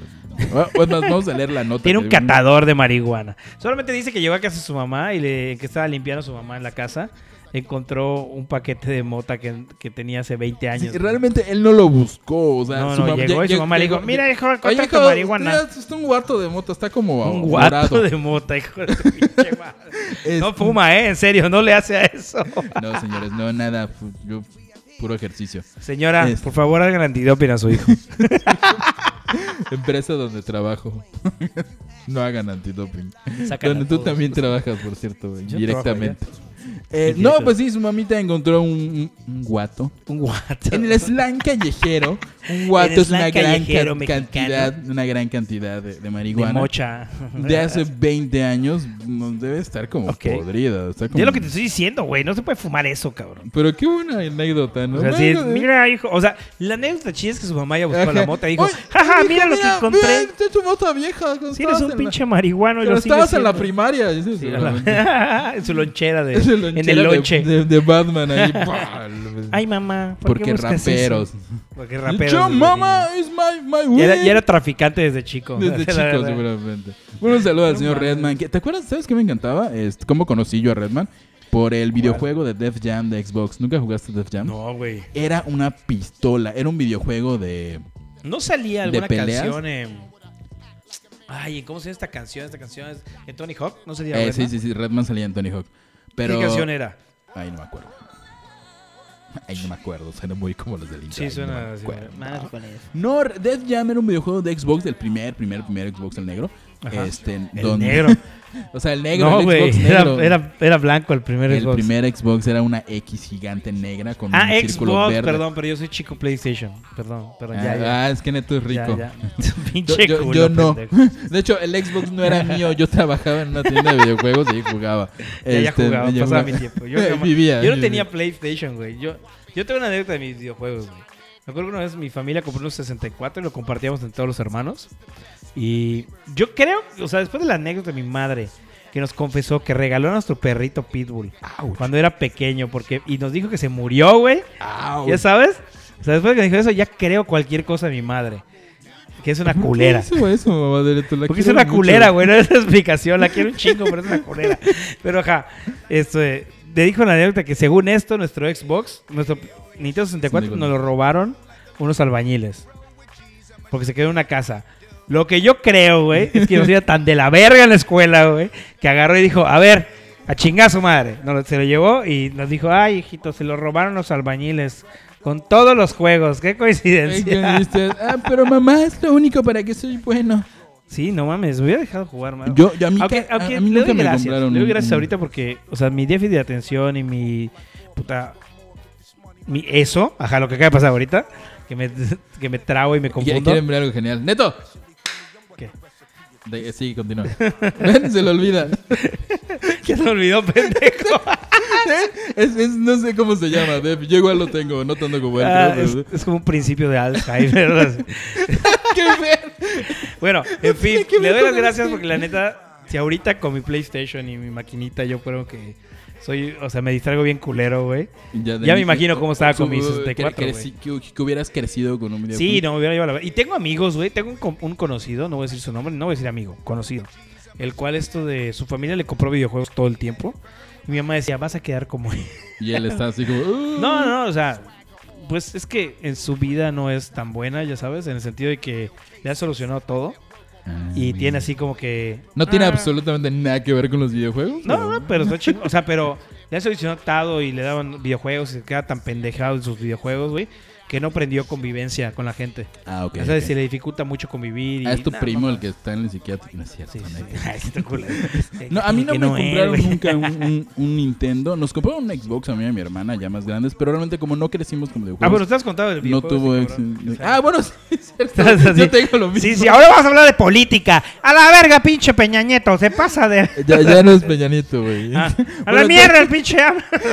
O- o es más, vamos a leer la nota.
Tiene un
que-
catador de marihuana. Solamente dice que llegó a casa de su mamá y le, que estaba limpiando a su mamá en la casa. Encontró un paquete de mota que, que tenía hace 20
Sí,
años.
realmente él no lo buscó, o sea,
No,
su
no,
mamá,
llegó y su mamá le dijo, mira, hijo, encontré tu
hijo,
marihuana.
usted es un guato de moto, está como
Un guato
dorado.
de mota,
[LAUGHS]
hijo de tu pinche madre.
Es-
No fuma, ¿eh? En serio, no le hace a eso.
No, señores, no, nada, fu- yo, puro ejercicio.
Señora,
Es-
por favor, hagan antidoping a su hijo.
Empresa donde trabajo. [LAUGHS] no hagan antidoping. [LAUGHS]
Sácala
donde tú
todos.
también trabajas, por cierto, güey,
Yo
directamente. Eh, no, pues sí, su mamita encontró un, un- un guato.
Un guato.
En el slang callejero, un guato
En el
es una
slang
gran
callejero
can-
mexicano.
cantidad, una gran cantidad de, de
de
marihuana.
mocha.
[LAUGHS] De hace 20 años no, debe estar como
Ok.
podrida. está como-
[LAUGHS] Ya lo que te estoy diciendo, güey. No se puede fumar eso, cabrón.
Pero qué buena anécdota, ¿no?
O sea, sí,
Bueno,
mira, hijo. O sea, la anécdota chida es que su mamá ya buscó
ajá.
la mota y dijo,
Oye,
jaja,
hijo,
mira lo que
mira,
encontré.
mira, tu mota vieja. cuando
Si eres
estabas
un
en
pinche marihuano
La...
y lo
Pero
sigues
estabas en la
siendo".
primaria. dices,
Sí, a
seguramente. [LAUGHS]
[LAUGHS] la- [LAUGHS] en su lonchera de,
Es el
en
lonchera
el
de-
lonche. [LAUGHS]
De, de Batman ahí. ¡pah!
Ay, mamá. ¿por
Porque
qué buscas eso?
raperos.
Porque raperos.
Yo,
desde
mamá,
niño.
es my, my
Y era,
weed.
y era traficante desde chico.
Desde
[LAUGHS] la
chico,
verdad.
seguramente. Bueno, un saludo al
No
señor
mames.
Redman. que- ¿Te acuerdas? ¿Sabes qué me encantaba? Este, ¿Cómo conocí yo a Redman? Por el videojuego de Def Jam de Xbox. ¿Nunca jugaste Def Jam?
No, güey.
Era una pistola. Era un videojuego de.
No salía alguna
peleas?
canción en. Ay, ¿cómo se llama esta canción? Esta canción es. ¿En Tony Hawk? ¿No salía
Eh,
Red
sí,
Man?
sí, sí. Redman salía en Tony Hawk. Pero.
¿Qué canción era?
Ay, no me acuerdo. Ay, no me acuerdo. Suena muy como los del
Sí,
Inside, no
suena
me
así.
acuerdo.
Madre,
No, Death Jam era un videojuego de Xbox, del primer, primer, primer Xbox, el negro.
Ajá.
Este,
El
donde- [LAUGHS]
negro.
O sea, el negro,
No,
el
güey.
Xbox
Era,
negro.
era, era blanco el primer
el
Xbox.
primer Xbox era una X gigante negra con
Ah,
un círculo
Xbox,
verde.
perdón, pero yo soy chico PlayStation. Perdón, perdón.
Ah,
ya, ya,
ah, es que Neto es rico.
ya, [LAUGHS] ya.
Yo,
Pinche
yo-
culo,
yo no.
pendejo.
De hecho, el Xbox no era mío. Yo trabajaba en una tienda de videojuegos y ahí jugaba.
Ya, ya
Este,
jugaba,
yo
pasaba
jugaba.
mi
[LAUGHS]
tiempo. Yo, jamás-
Vivía,
yo no
vivía.
tenía PlayStation, güey. Yo, yo tengo una anécdota de mis videojuegos, güey. Me acuerdo que una vez mi familia compró unos 64 y lo compartíamos entre todos los hermanos. Y yo creo, o sea, después de la anécdota de mi madre, que nos confesó que regaló a nuestro perrito Pitbull
Ouch,
cuando era pequeño, porque y nos dijo que se murió, güey.
ouch.
¿Ya sabes? O sea, después de que dijo eso, ya creo cualquier cosa de mi madre. Que es una culera.
¿Por qué hizo eso, mamá de Neto? La
Porque es
quiero
una
mucho.
culera, güey. No es la explicación. La quiero un chingo, pero es una culera. Pero ajá, esto, eh, le dijo la anécdota que según esto, nuestro Xbox, nuestro Nintendo 64, nos lo robaron unos albañiles. Porque se quedó en una casa. Lo que yo creo, güey, es que nos iba tan de la verga en la escuela, güey, que agarró y dijo, a ver, a chingar a su madre. Nos lo- se lo llevó y nos dijo, ay, hijito, se lo robaron los albañiles. Con todos los juegos, qué
Ay,
coincidencia.
que viste.
[LAUGHS]
Ah, pero mamá es lo único para que soy bueno.
Sí, no mames, me hubiera dejado jugar, mano.
Yo, yo a mí,
Aunque,
ca- a-
aunque
a mí
le doy
nunca me
gracias. Le
compraron.
doy
un-
gracias
un-
ahorita porque, o sea, mi déficit de atención y mi puta. Mi eso, ajá, lo que acaba de pasar ahorita, que me, [LAUGHS] que me trago y me
¿Qui-
confundo.
¿Quieren ver algo genial? ¡Neto!
¿Qué?
De- eh, sí, continúa. Se lo olvida.
[LAUGHS] Ya se me olvidó, pendejo.
Es, es- no sé cómo se llama, Def. Yo igual lo tengo, no tanto como él.
Ah,
pero-
es, [LAUGHS] es como un principio de Alzheimer. ¿verdad?
¡Qué ver!
bueno, en fin,
tiene que ver
le doy las
con el
gracias
fin.
porque la neta, si ahorita con mi PlayStation y mi maquinita, yo creo que soy, o sea, me distraigo bien culero, güey.
Ya, de
Ya me
mí-
imagino cómo estaba con
su-
mis
que-
64,
crecí- que, que hubieras crecido con un video.
Sí, no, me hubiera llevado a la ver- Y tengo amigos, güey. Tengo un, com- un conocido, no voy a decir su nombre, no voy a decir amigo, conocido. El cual esto de su familia le compró videojuegos todo el tiempo. Y mi mamá decía, vas a quedar como él. [LAUGHS]
Y él está así como. "Uh".
No, no, o sea, pues es que en su vida no es tan buena, ya sabes, en el sentido de que le ha solucionado todo.
Ah,
Y
mira.
tiene así como que...
No tiene
"Ah".
absolutamente nada que ver con los videojuegos.
No,
pero-
no, pero está chingón. O sea, pero le han solucionado todo y le daban videojuegos y se queda tan pendejado en sus videojuegos, güey, que no aprendió convivencia con la gente.
Ah, ok.
o sea,
ok.
se le dificulta mucho convivir. Y,
Ah, es tu
Nah,
primo
mamá.
el que está en el psiquiátrico. No es cierto,
Sí, sí,
neta.
sí. [LAUGHS] Ay, sí,
[LAUGHS]
está cool.
No, a mí no
Que
me
es,
compraron
güey.
nunca un,
[LAUGHS]
un- un Nintendo. Nos compraron un Xbox a mí y a mi hermana, ya más grandes, pero realmente como no crecimos con
Ah, bueno,
videojuegos,
¿te has contado del
no
videojuego?
tuvo
sí,
ex-
cabrón? O sea, [LAUGHS]
Ah, bueno, sí, es cierto.
Estás así.
Yo tengo lo mismo.
Sí, sí, ahora vamos a hablar de política. A la verga, pinche Peña Nieto, se pasa de...
Ya, ya no es Peñanito, güey.
[LAUGHS] Ah, a
Bueno,
la
ya-
mierda, el [LAUGHS] pinche...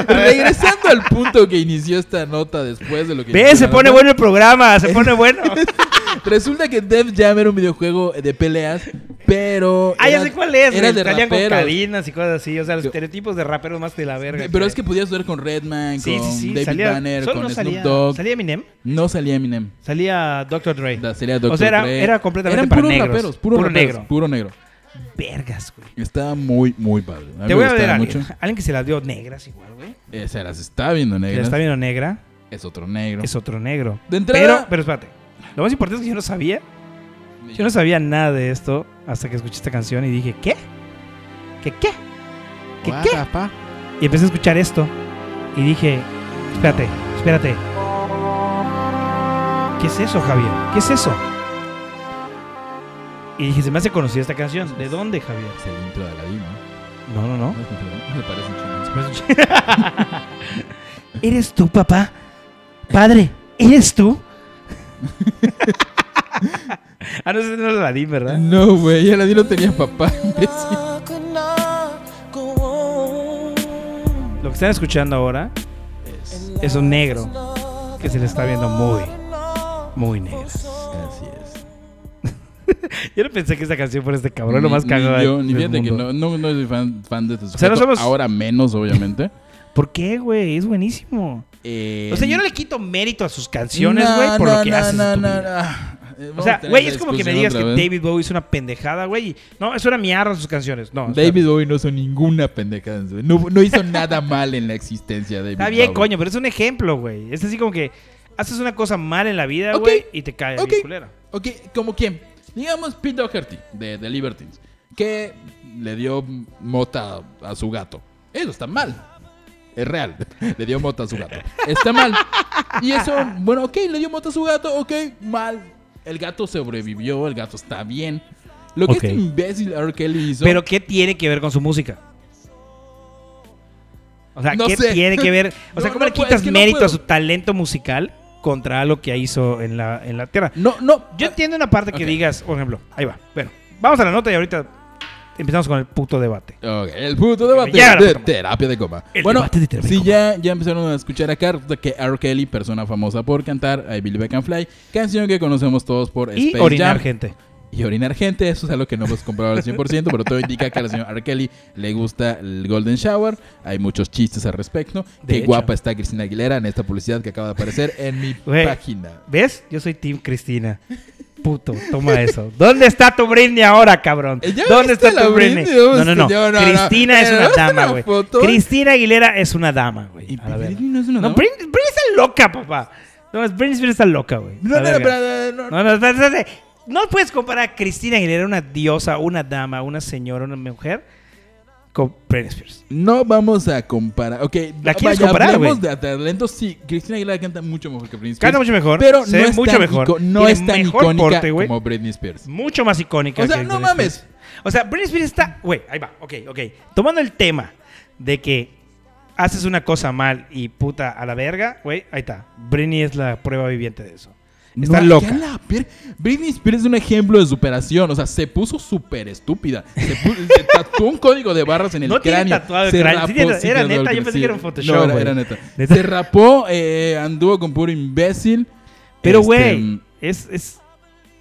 Regresando al punto que inició esta nota después de lo que...
Ve, se pone bueno el programa, se pone
[LAUGHS]
bueno.
Resulta que Def Jam era un videojuego de peleas, pero...
Ah, ya
era-
sé cuál es.
Era
güey,
de
salían con
raperos.
cadenas y cosas así. O sea, los
Yo-
estereotipos de raperos más de la verga.
Eh, Pero es que podías jugar con Redman,
Sí,
con
sí, sí.
David
salía,
Banner,
solo
con
no
Snoop
salía,
Dogg.
salía Eminem,
No salía Eminem.
salía Dr. Dre.
La serie de Dr.
O sea, era,
Dre.
era completamente
Eran
para
puros
negros.
raperos, puros
puro
raperos,
negro.
Puro negro.
Vergas, güey.
Estaba muy, muy padre. mí
Te
me
voy a
gustaba
ver a alguien.
mucho.
Alguien que se las dio negras igual, güey.
Eh, se las está viendo
Se la
negras.
está viendo negra.
Es otro negro.
Es otro negro.
De
Pero,
entrada,
pero espérate. Lo más importante es que yo no sabía. Yo no sabía nada de esto hasta que escuché esta canción y dije, ¿qué? ¿Qué qué? ¿Qué
What
qué?
the fuck?
Y empecé a escuchar esto y dije, espérate, espérate. ¿Qué es eso, Javier? ¿Qué es eso? Y dije, se me hace conocida esta canción. ¿De dónde, Javier?
Es el intro de Aladdin, ¿no?
No, no, no.
¿No es el intro de Aladdin? Me parece un chingo.
[LAUGHS] ¿Eres tú, papá? Padre, ¿eres tú? [LAUGHS] ah, no, ese no es Aladdin, ¿verdad?
No, güey, Aladdin no tenía papá, imbécil.
Lo que están escuchando ahora
Es-
es un negro que se le está viendo muy, muy negro.
Así es.
Yo no pensé que esta canción fuera este cabrón, lo más
Ni-
cagado.
Ni yo, ni
del
fíjate que
mundo.
no, no, no soy fan, fan de este estos
O sea, no somos- [LAUGHS]
Ahora menos, obviamente.
¿Por qué, güey? Es buenísimo.
Eh,
O sea, yo no le quito mérito a sus canciones, güey, por
no,
lo que
no,
haces. en
no,
tu
no,
vida.
no. Ah, eh,
O
vamos a
sea,
tener
güey,
esa
es como que me digas
discusión
que
otra vez.
David Bowie hizo una pendejada, güey. y- No, es una mierda sus canciones. No, o sea,
David Bowie no hizo ninguna pendejada. en su- No, no hizo nada mal en la existencia de David
Está bien,
Bowie.
coño, pero es un ejemplo, güey. Es así como que haces una cosa mal en la vida,
Ok.
güey, y te cae
Ok.
bien culera.
Ok, ¿como quién? Digamos Pete Doherty de, de Libertines, que le dio mota a su gato. Eso está mal. Es real. [LAUGHS] Le dio mota a su gato. Está mal. Y eso, bueno, ok, le dio mota a su gato, ok, mal. El gato sobrevivió, el gato está bien. Lo que
Ok.
este imbécil R. Kelly hizo.
Pero ¿qué tiene que ver con su música? O sea,
No
¿qué
sé.
tiene que ver?
[LAUGHS]
O sea,
No,
¿cómo
no
le
puedo,
quitas
es que no
mérito a
puedo.
su talento musical contra lo que hizo en la, en la tierra?
No, no.
Yo entiendo una parte que
ok.
digas, por ejemplo, ahí va. Bueno, vamos a la nota y ahorita empezamos con el puto debate.
Ok, el puto debate
Ya, la
de
puta madre.
terapia de coma.
El
bueno,
debate de terapia de
si
coma.
ya, ya empezaron a escuchar acá de que R. Kelly, persona famosa por cantar I Believe I Can Fly, canción que conocemos todos por
Y
Space
orinar
Jam.
gente.
Y orinar gente, eso es algo que no hemos comprobado al 100%, pero todo indica que al señor R. Kelly le gusta el Golden Shower. Hay muchos chistes al respecto.
De
Qué
hecho.
guapa está Cristina Aguilera en esta publicidad que acaba de aparecer en mi
Güey.
página.
¿Ves? Yo soy Team Cristina. Puto, toma eso. ¿Dónde está tu Britney ahora, cabrón?
Eh, ¿ya
¿Dónde
viste
está
la
tu Britney?
Britney?
No, no, no.
Yo no, no.
Cristina es
¿Me
una
mandaste
dama,
una
güey.
foto?
Cristina Aguilera es una dama, güey. A la verga.
no es una
No,
dama?
Britney, Britney está loca, papá. No, es Britney Spears está loca, güey.
No,
A
no,
la verga.
pero, eh, no, no.
No, no, espérate, espérate. No puedes comparar a Cristina Aguilera, una diosa, una dama, una señora, una mujer, con Britney Spears.
No vamos a comparar. Ok,
¿La quieres
vaya,
comparar,
hablemos
güey?
de talentos. Sí, Cristina Aguilera canta mucho mejor que Britney Spears.
Canta mucho mejor,
Pero
se
no
ve
es
mucho
tan
mejor,
ico- no
tiene
es tan
mejor
icónica
porte, güey.
como Britney Spears.
mucho más icónica.
O sea,
que
no
Britney
mames.
Spears. O sea, Britney Spears está. Güey, ahí va. Ok, ok. Tomando el tema de que haces una cosa mal y puta a la verga, güey, ahí está. Britney es la prueba viviente de eso. Está
No,
loca.
ya la pier- Britney Spears es un ejemplo de superación. O sea, se puso súper estúpida. Se, pu- [LAUGHS] se tatuó un código de barras en el
No tiene
cráneo.
tatuado el
Se
cráneo. Sí, era- era
creo
neta,
que
yo pensé
sí.
que era un Photoshop,
No, era,
güey.
era neta.
[LAUGHS] Neta.
Se rapó, eh, anduvo con puro imbécil.
Pero,
Este,
güey, es, es,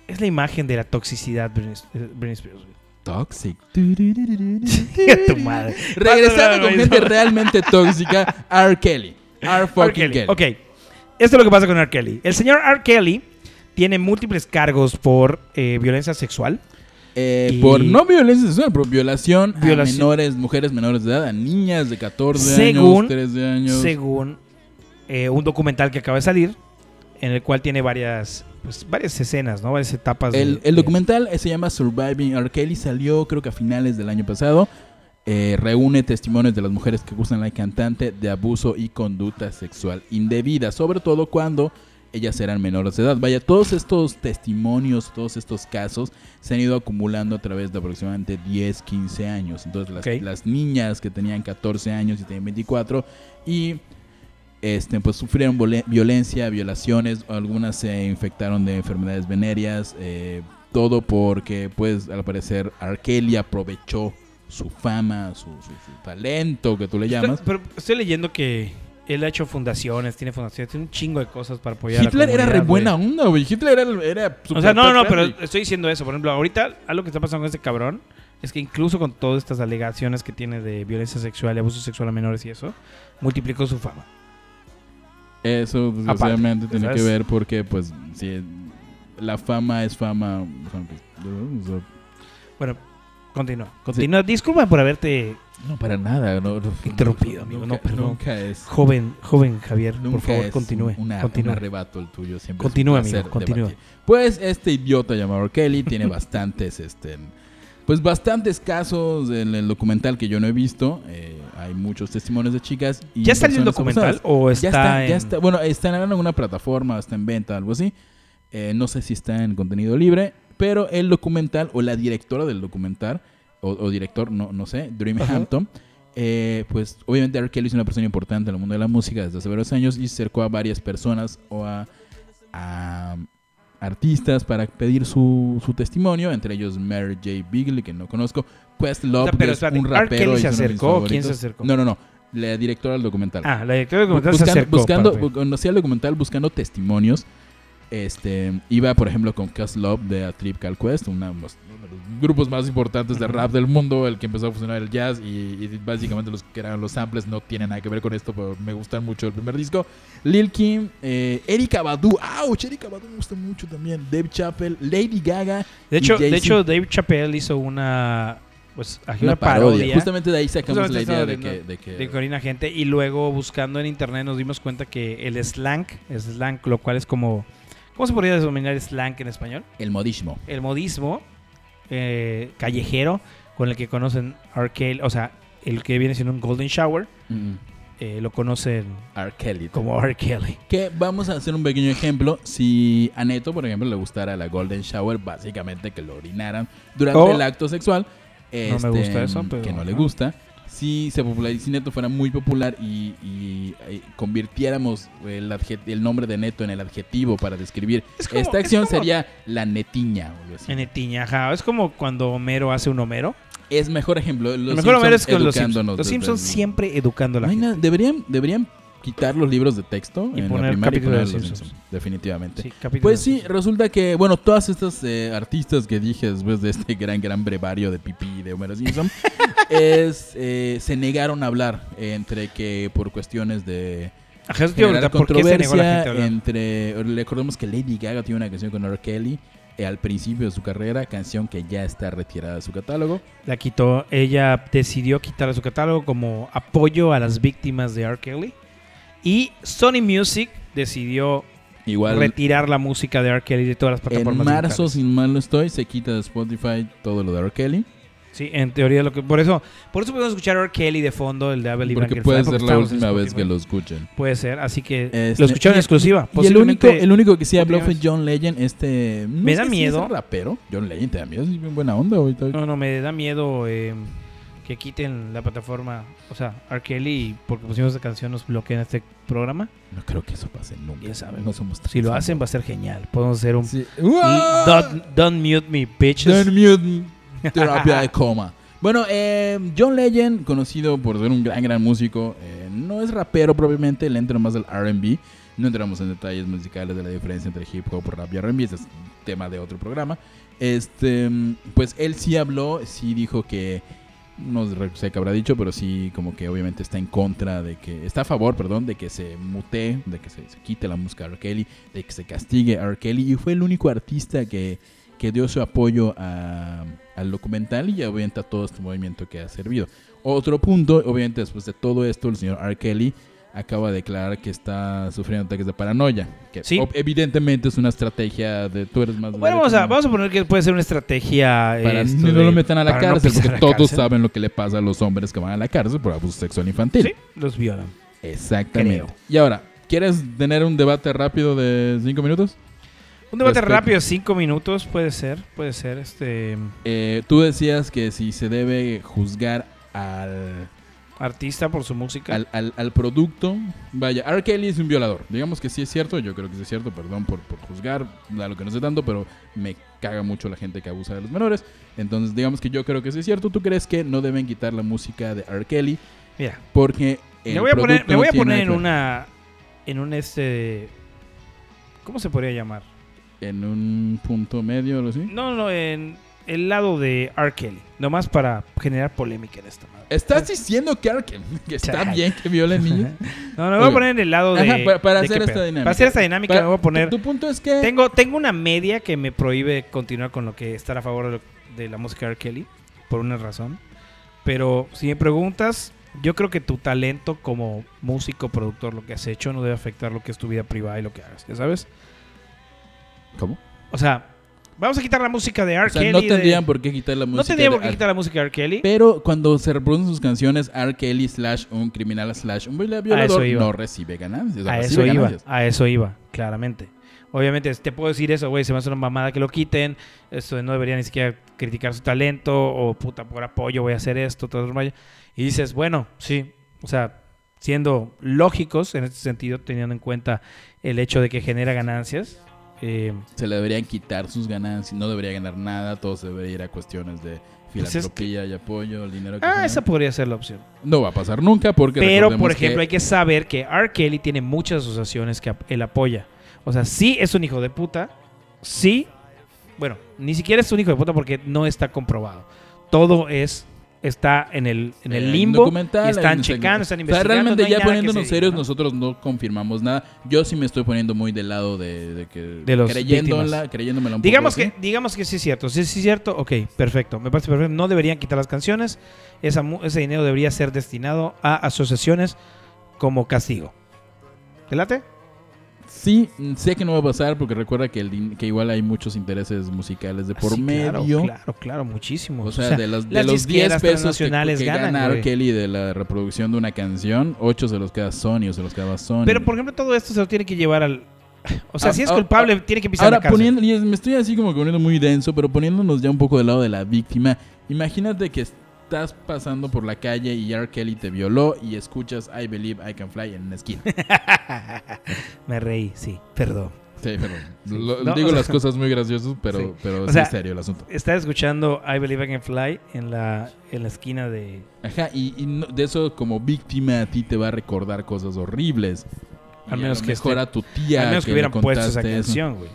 es la imagen de la toxicidad Britney, Britney Spears, güey.
Toxic.
[LAUGHS] Chinga tu madre.
Regresando con
Pásame, [LAUGHS]
gente
güey.
realmente tóxica, R. Kelly. R.
R.
fucking
Kelly.
Kelly.
Ok. Esto es lo que pasa con R. Kelly. El señor R. Kelly tiene múltiples cargos por eh, violencia sexual.
Eh,
Y-
Por no violencia sexual, por violación,
Violación.
a menores, mujeres menores de edad, a niñas de 14
Según-
años, 13 años.
según eh, un documental que acaba de salir, en el cual tiene varias, pues, varias escenas, ¿no? Varias etapas. de-
El,
de-
el documental eh, se llama Surviving R. Kelly, salió creo que a finales del año pasado. Eh, reúne testimonios de las mujeres que acusan a la cantante de abuso y conducta sexual indebida, sobre todo cuando ellas eran menores de edad. Vaya, todos estos testimonios, todos estos casos se han ido acumulando a través de aproximadamente 10, 15 años. Entonces las,
Ok.
las niñas que tenían 14 años y tenían 24 y este, pues sufrieron vole- violencia, violaciones, algunas se infectaron de enfermedades venéreas, eh, todo porque, pues, al parecer, Arkelia aprovechó su fama, su, su- su talento, que tú le llamas.
Estoy, pero estoy leyendo que él ha hecho fundaciones, tiene fundaciones, tiene un chingo de cosas para apoyar. a la
Hitler era re
comunidad,
buena
güey.
onda, güey. Hitler era... era
O sea, no, no,
super
pero
friendly.
estoy diciendo eso. Por ejemplo, ahorita algo que está pasando con este cabrón es que incluso con todas estas alegaciones que tiene de violencia sexual y abuso sexual a menores y eso, multiplicó su fama.
Eso, desgraciadamente, tiene que
¿sabes?
ver porque, pues, si la fama es fama... o sea, pues, o sea,
Bueno, continúa. Continúa. Disculpa por haberte,
no, para nada. No, no,
Interrumpido, amigo, no,
nunca-
perdón.
Nunca es...
joven, joven Javier.
Nunca
por favor,
es
continúe.
una-
continúe.
Un arrebato el tuyo siempre. es un
Continúa,
placer
amigo, continúa.
debatir. Pues este idiota llamado Kelly
[LAUGHS]
tiene bastantes, este, pues bastantes casos en el documental que yo no he visto. Eh, hay muchos testimonios de chicas. Y
¿Ya salió el
personas
documental
abusadas.
o está,
ya está,
en-
ya está. Bueno, está en alguna plataforma, está en venta, algo así. Eh, no sé si está en contenido libre, pero el documental o la directora del documental o, o director, no, no sé, Dream
Ajá.
Hampton. eh, pues obviamente R. Kelly es una persona importante en el mundo de la música desde hace varios años y se acercó a varias personas o a, a um, artistas para pedir su, su testimonio, entre ellos Mary J. Bigley, que no conozco, Questlove,
O sea,
que
pero
es
espérate,
un
¿R.
rapero.
Kelly
y es uno de
se
mis
acercó o quién se
favoritos.
acercó?
No, no, no, la directora del documental.
Ah, la directora del documental se
Buscando-
acercó.
buscando,
papi.
bu- no hacía el documental buscando testimonios. Este, iba, por ejemplo, con Cast Love de A Trip Cal Quest, una, uno de los grupos más importantes de rap del mundo, el que empezó a fusionar el jazz y, y básicamente los que eran los samples no tienen nada que ver con esto, pero me gustan mucho el primer disco. Lil Kim, eh, Erika Badu, ouch, Erika Badu me gusta mucho también, Dave Chappelle, Lady Gaga.
De hecho,
y Jay-Z.
de hecho Dave Chappelle hizo una, pues, aquí una,
una
parodia.
parodia. Justamente de ahí sacamos la
Justamente
idea
estaba
de que,
viendo
de que-
de Corina Gente y luego buscando en internet nos dimos cuenta que el slang, el slang, lo cual es como ¿cómo se podría denominar slang en español?
el modismo.
El modismo eh, callejero con el que conocen R. Kelly, o sea, el que viene siendo un golden shower,
Mm,
eh, lo conocen
R. Kelly.
como R. Kelly.
Que vamos a hacer un pequeño ejemplo. Si a Neto, por ejemplo, le gustara la Golden Shower, básicamente que lo orinaran durante
Oh.
el acto sexual.
me
este,
gusta eso, pero-
Que no le
ajá.
gusta. Si, se popular, si Neto fuera muy popular y, y, eh, convirtiéramos el, adje- el nombre de Neto en el adjetivo para describir
Es como-
esta
es
acción,
como-
sería la netiña. o algo así.
En Etiña, ajá. Es como cuando Homero hace un Homero.
Es mejor ejemplo. Los
el mejor Homero es
Simpsons
con los
educándonos
Simpsons. Los
desde
Simpsons
el-
siempre educando a la
No hay
gente.
nada- deberían, deberían quitar los libros de texto
Y
en
poner
la primaria y
capítulos de
poner
los
los
Simpsons.
Simpsons, Definitivamente.
Sí, capítulo
Pues
de
sí,
Simpsons.
resulta que, bueno, todas estas eh, artistas que dije después de este [LAUGHS] gran, gran brevario de pipí de Homero
[LAUGHS]
Simpson, es, eh, se negaron a hablar entre que por cuestiones de
Ajá, eso te iba a
generar
preguntar, ¿por qué se negó la gente a
controversia,
hablar?
entre, recordemos que Lady Gaga tiene una canción con R. Kelly eh, al principio de su carrera, canción que ya está retirada de su catálogo.
La quitó, ella decidió quitar de su catálogo como apoyo a las víctimas de R. Kelly. Y Sony Music decidió
Igual
retirar la música de R. Kelly de todas las
en
plataformas.
marzo,
digitales.
si mal no estoy, se quita de Spotify todo lo de R. Kelly.
Sí, en teoría lo que por eso, por eso podemos escuchar a R. Kelly de fondo, el de Abel
Porque puede ser la última vez que lo escuchen.
puede ser, así que
Este,
lo escucharon
y-
en exclusiva.
Y el único,
Posiblemente-
el único que sí habló fue
podríamos-
John Legend, este... no
Me
sé
da
si
miedo.
es rapero. John Legend te da miedo, es bien buena onda ahorita.
No, no, me da miedo eh, que quiten la plataforma, o sea, R. Kelly porque pusimos esa canción nos bloquean este programa.
No creo que eso pase nunca.
Ya saben.
No somos
Si lo hacen va a ser genial. Podemos hacer un
Sí.
Mm,
¡Uah!
Don't, don't mute me, bitches.
Don't mute
[LAUGHS]
me. Terapia de coma. Bueno, eh, John Legend, conocido por ser un gran, gran músico, eh, no es rapero propiamente, le entra más al RB. No entramos en detalles musicales de la diferencia entre hip hop, rap y RB, ese es tema de otro programa. Este, pues él sí habló, sí dijo que, no sé qué habrá dicho, pero sí como que obviamente está en contra de que, está a favor, perdón, de que se mutee, de que se, se quite la música de R. Kelly, de que se castigue a R. Kelly. Y fue el único artista que, que dio su apoyo a- al documental y obviamente a todo este movimiento que ha servido. Otro punto, obviamente después de todo esto, el señor R. Kelly acaba de declarar que está sufriendo ataques de paranoia. Que
Sí.
ob- evidentemente es una estrategia de tú eres más... de
Bueno, vamos
derecha,
a,
¿no?
vamos a poner que puede ser una estrategia. eh,
Para
esto
no lo
de-
metan a la
para no
cárcel,
pisar
porque
la
todos
cárcel.
saben lo que le pasa a los hombres que van a la cárcel por abuso sexual infantil.
Sí, los violan.
Exactamente.
Creo.
Y ahora, ¿quieres tener un debate rápido de cinco minutos?
Un debate
Respecto.
rápido, cinco minutos, puede ser, puede ser. Este
Eh, tú decías que si se debe juzgar al,
artista por su música.
al, al- al producto, vaya, R. Kelly es un violador. Digamos que sí es cierto, yo creo que sí es cierto, perdón por, por juzgar, a lo que no sé tanto, pero me caga mucho la gente que abusa de los menores. Entonces, digamos que yo creo que sí es cierto. ¿Tú crees que no deben quitar la música de R. Kelly?
Mira,
Porque... el
me voy a poner,
producto
me
no
voy a
tiene
poner
nada
en
que ver.
una. En un este. ¿Cómo se podría llamar?
en un punto medio o algo así.
No, no, en el lado de R. Kelly. Nomás para generar polémica en esta madre. [LAUGHS]
¿Estás diciendo que, que- que está
Chale.
bien que violen
[LAUGHS]
niños?
No, no, me voy a
Ok.
poner en el lado de.
Ajá, para, para
de
hacer
qué
esta
pedo.
dinámica.
Para hacer esta dinámica
Para-
me voy a poner.
Tu, tu punto es que...
Tengo, tengo una media que me prohíbe continuar con lo que estar a favor de, lo- de la música de R. Kelly, por una razón. Pero si me preguntas, yo creo que tu talento como músico, productor, lo que has hecho, no debe afectar lo que es tu vida privada y lo que hagas, ¿ya sabes?
¿Cómo?
O sea, vamos a quitar la música de R.
O sea,
Kelly.
no
de-
tendrían por qué quitar la música.
no tendrían
de
por qué
R.
quitar la música de R. Kelly.
Pero cuando se reproducen sus canciones, R. Kelly slash un criminal slash un
eso
violador
iba.
no recibe ganancias. o sea,
A
recibe
eso iba,
ganancias.
a eso iba, claramente. Obviamente, te puedo decir eso, güey, se me hace una mamada que lo quiten, esto no debería ni siquiera criticar su talento, o puta, por apoyo voy a hacer esto, todo el rollo. Y dices, bueno, sí, o sea, siendo lógicos en este sentido, teniendo en cuenta el hecho de que genera ganancias, eh,
Se le deberían quitar sus ganancias. No debería ganar nada. Todo se debería ir a cuestiones de
Pues es que-
filantropía y apoyo, el dinero que
ah,
genera.
esa podría ser la opción.
No va a pasar nunca porque
Pero,
recordemos
por ejemplo,
que-
hay que saber que R. Kelly tiene muchas asociaciones que ap- él apoya. O sea, sí es un hijo de puta, sí bueno, ni siquiera es un hijo de puta porque no está comprobado. Todo es está en el, en el limbo y
Eh, documental,
están
no sé qué.
checando, están
O sea,
investigando.
realmente
no hay
ya
nada que
poniéndonos
se diga,
serios,
¿no?
nosotros no confirmamos nada. Yo sí me estoy poniendo muy del lado de, de que
De los
creyéndola,
víctimas.
creyéndomela un
Digamos
poco.
que, digamos que sí es cierto. Si sí es cierto, ok, perfecto. Me parece perfecto. No deberían quitar las canciones. Esa mu- ese dinero debería ser destinado a asociaciones como castigo. ¿Te late?
Sí, mm, sé que no va a pasar porque recuerda que, el din- que igual hay muchos intereses musicales de por
Ah, sí,
medio.
claro, Claro, claro, muchísimo.
O sea, de, las- de
las
los 10 pesos
disqueras
que,
transnacionales
que
ganan,
gana R.
güey.
Kelly de la reproducción de una canción, 8 se los queda Sony o se los queda Sony.
Pero por ejemplo, todo esto se lo tiene que llevar al. O sea,
Ah,
si es
ah,
culpable, tiene que pisar
Ahora,
la cárcel.
poniendo, y es- me estoy así como que poniendo muy denso, pero poniéndonos ya un poco del lado de la víctima. Imagínate que estás pasando por la calle y R. Kelly te violó y escuchas I Believe I Can Fly en una
[LAUGHS]
esquina. Sí,
Me reí, sí, perdón.
pero lo-
No,
digo
o sea-
las cosas muy graciosas, pero,
Sí.
pero
O
sí
sea-
es serio el asunto.
Estaba escuchando I Believe I Can Fly en la, en la esquina de.
Ajá, y, y no- de eso como víctima a ti te va a recordar cosas horribles.
Al
Y a
menos
lo
que
mejor
esté-
a tu tía.
al menos que
le
hubieran puesto esa
contaste eso.
canción, güey.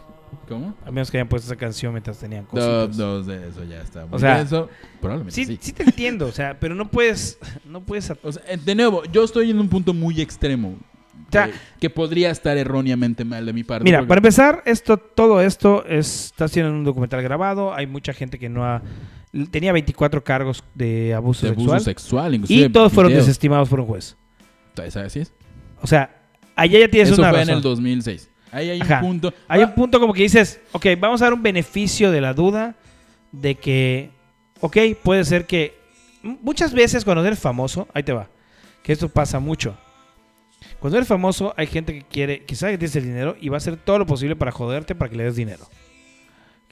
¿Cómo?
Al menos que hayan puesto esa canción mientras tenían
No,
cositas.
no, de eso ya está. muy
O sea,
denso. probablemente
Sí,
sí.
sí te entiendo, o sea, pero no puedes, [LAUGHS] no puedes. at-
O sea, eh, de nuevo, yo estoy en un punto muy extremo.
sea,
que, que podría estar erróneamente mal de mi parte.
Mira,
porque-
para empezar, esto, todo esto es- está siendo un documental grabado. Hay mucha gente que no ha. Tenía 24 cargos de abuso
de abuso
sexual.
sexual, inclusive
y todos fueron
video.
desestimados por un juez.
¿Sabes? Así es.
O sea, allá ya tienes
Eso
una
fue en
razón.
el 2006. Ahí hay
Ajá.
un punto.
Hay
Ah,
un punto como que dices, ok, vamos a dar un beneficio de la duda de que, ok, puede ser que m- muchas veces cuando eres famoso, ahí te va, que esto pasa mucho. Cuando eres famoso hay gente que quiere, que sabe que tienes el dinero y va a hacer todo lo posible para joderte para que le des dinero.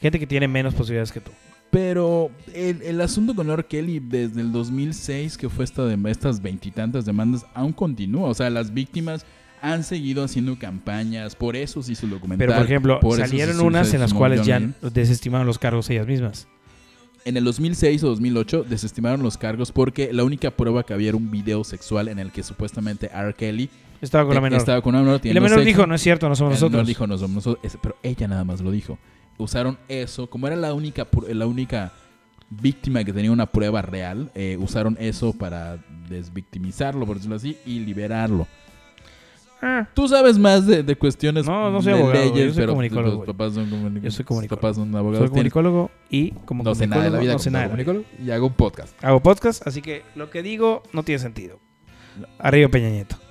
Gente que tiene menos posibilidades que tú.
Pero el, el asunto con R. Kelly desde el 2006, que fue esta de, estas veintitantas demandas, aún continúa. O sea, las víctimas han seguido haciendo campañas. Por eso se hizo el documental.
Pero por ejemplo,
por eso
salieron
se- se-
unas
se
en las
movió
cuales ya
online.
desestimaron los cargos ellas mismas.
En el 2006 o 2008 desestimaron los cargos porque la única prueba que había era un video sexual en el que supuestamente R. Kelly
Estaba con la
eh,
menor.
estaba con una menor.
y la
teniendo
menor
sexo.
dijo, no es cierto, no somos
Eh,
nosotros.
No dijo no somos nosotros, es- pero ella nada más lo dijo. Usaron eso, como era la única, pr- la única víctima que tenía una prueba real, eh, usaron eso para desvictimizarlo, por decirlo así, y liberarlo.
Ah.
Tú sabes más de, de cuestiones
No, no soy
de
abogado, güey,
leyes,
yo soy
pero
comunicólogo,
los
güey.
papás son comunicólogos.
Yo soy comunicólogo.
Los papás son abogados.
Soy
tienen-
comunicólogo y como
no sé nada de la
comunicólogo,
vida
no
como
sé nada de la vida.
comunicólogo y hago un podcast.
Hago podcast, así que lo que digo no tiene sentido. Arriba Peña Nieto.
[LAUGHS]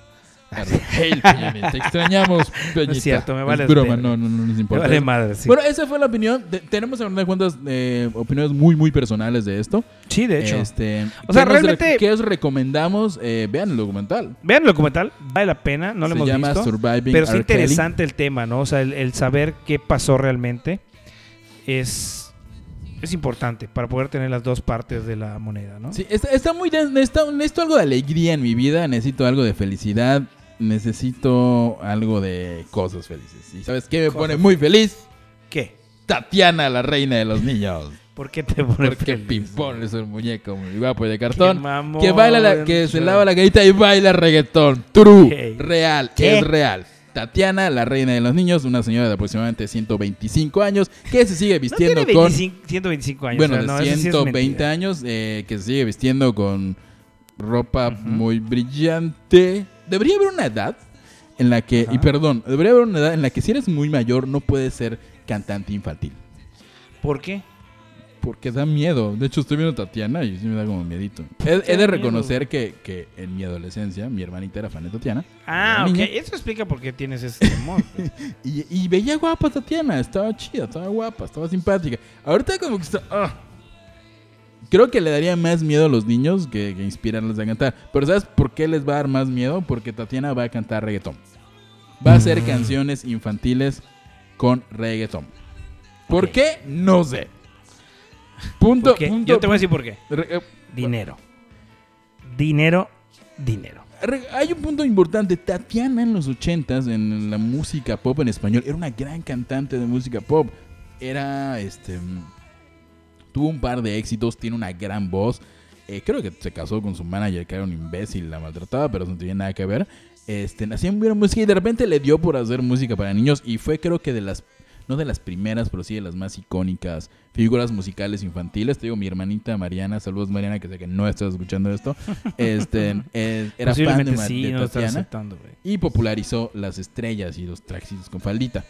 Hey, Peña, te extrañamos,
[LAUGHS]
Peñita.
cierto, me vale
broma,
verga.
no, no, no nos
Me
importa.
vale madre, sí.
Bueno, esa fue la opinión. De- tenemos, a fin de cuentas, eh, opiniones muy, muy personales de esto.
sí, de hecho.
Este,
O sea,
¿qué nos
realmente-
re- ¿Qué os recomendamos? Eh, vean el documental.
Vean el documental, vale la pena, no lo
Se
hemos
llama
visto.
Surviving
Pero es
R. Kelly.
interesante el tema, ¿no? O sea, el, el saber qué pasó realmente es, es importante para poder tener las dos partes de la moneda, ¿no?
Sí, está, está muy. den- Está, necesito algo de alegría en mi vida. Necesito algo de felicidad. Necesito algo de cosas felices. ¿Y sabes qué me pone muy feliz?
¿Qué?
Tatiana, la reina de los niños.
¿Por qué te pones
Porque
feliz?
Pimpón es un muñeco muy guapo y de
Qué
cartón.
mamón.
Que baila la- que se lava la carita y baila reggaetón. True.
Ey.
Real.
¿Qué?
Es real. Tatiana, la reina de los niños, una señora de aproximadamente 125 años, que se sigue
No tiene
vistiendo con...
25 125 años.
Bueno,
o sea, no,
de
eso sí es
120
mentira.
años, eh, que se sigue vistiendo con ropa
Ujú.
muy brillante. Debería haber una edad en la que...
Ajá.
Y perdón, debería haber una edad en la que si eres muy mayor no puedes ser cantante infantil.
¿Por qué?
Porque da miedo. De hecho, estoy viendo a Tatiana y sí me da como miedito. He, he de reconocer que, que en mi adolescencia mi hermanita era fan de Tatiana.
Ah,
La
ok.
niña.
Eso explica por qué tienes [LAUGHS] ese temor. pues.
Y, y veía guapa a Tatiana. Estaba chida, estaba guapa, estaba simpática. Ahorita como que está... ah. Creo que le daría más miedo a los niños que, que inspirarles a cantar. Pero ¿sabes por qué les va a dar más miedo? Porque Tatiana va a cantar reggaetón. Va a hacer
Mm.
canciones infantiles con reggaetón. ¿Por
Ok.
qué? No sé. Punto,
¿Por qué?
punto.
Yo te voy a decir por qué.
re- eh,
Dinero. Dinero, dinero.
Re- Hay un punto importante. Tatiana en los ochentas, en la música pop en español, era una gran cantante de música pop. Era, este, mm, tuvo un par de éxitos, tiene una gran voz. Eh, creo que se casó con su manager, que era un imbécil, la maltrataba, pero eso no tenía nada que ver. Este, hacían buena música y de repente le dio por hacer música para niños y fue creo que de las no de las primeras, pero sí de las más icónicas figuras musicales infantiles. Te digo, mi hermanita Mariana, saludos Mariana, que sé que no estás escuchando
[LAUGHS]
esto, este, es- era fan de,
Posiblemente
Ma-
sí,
de
no lo estás
Tatiana
aceptando, güey.
y popularizó las estrellas y los traxitos con faldita.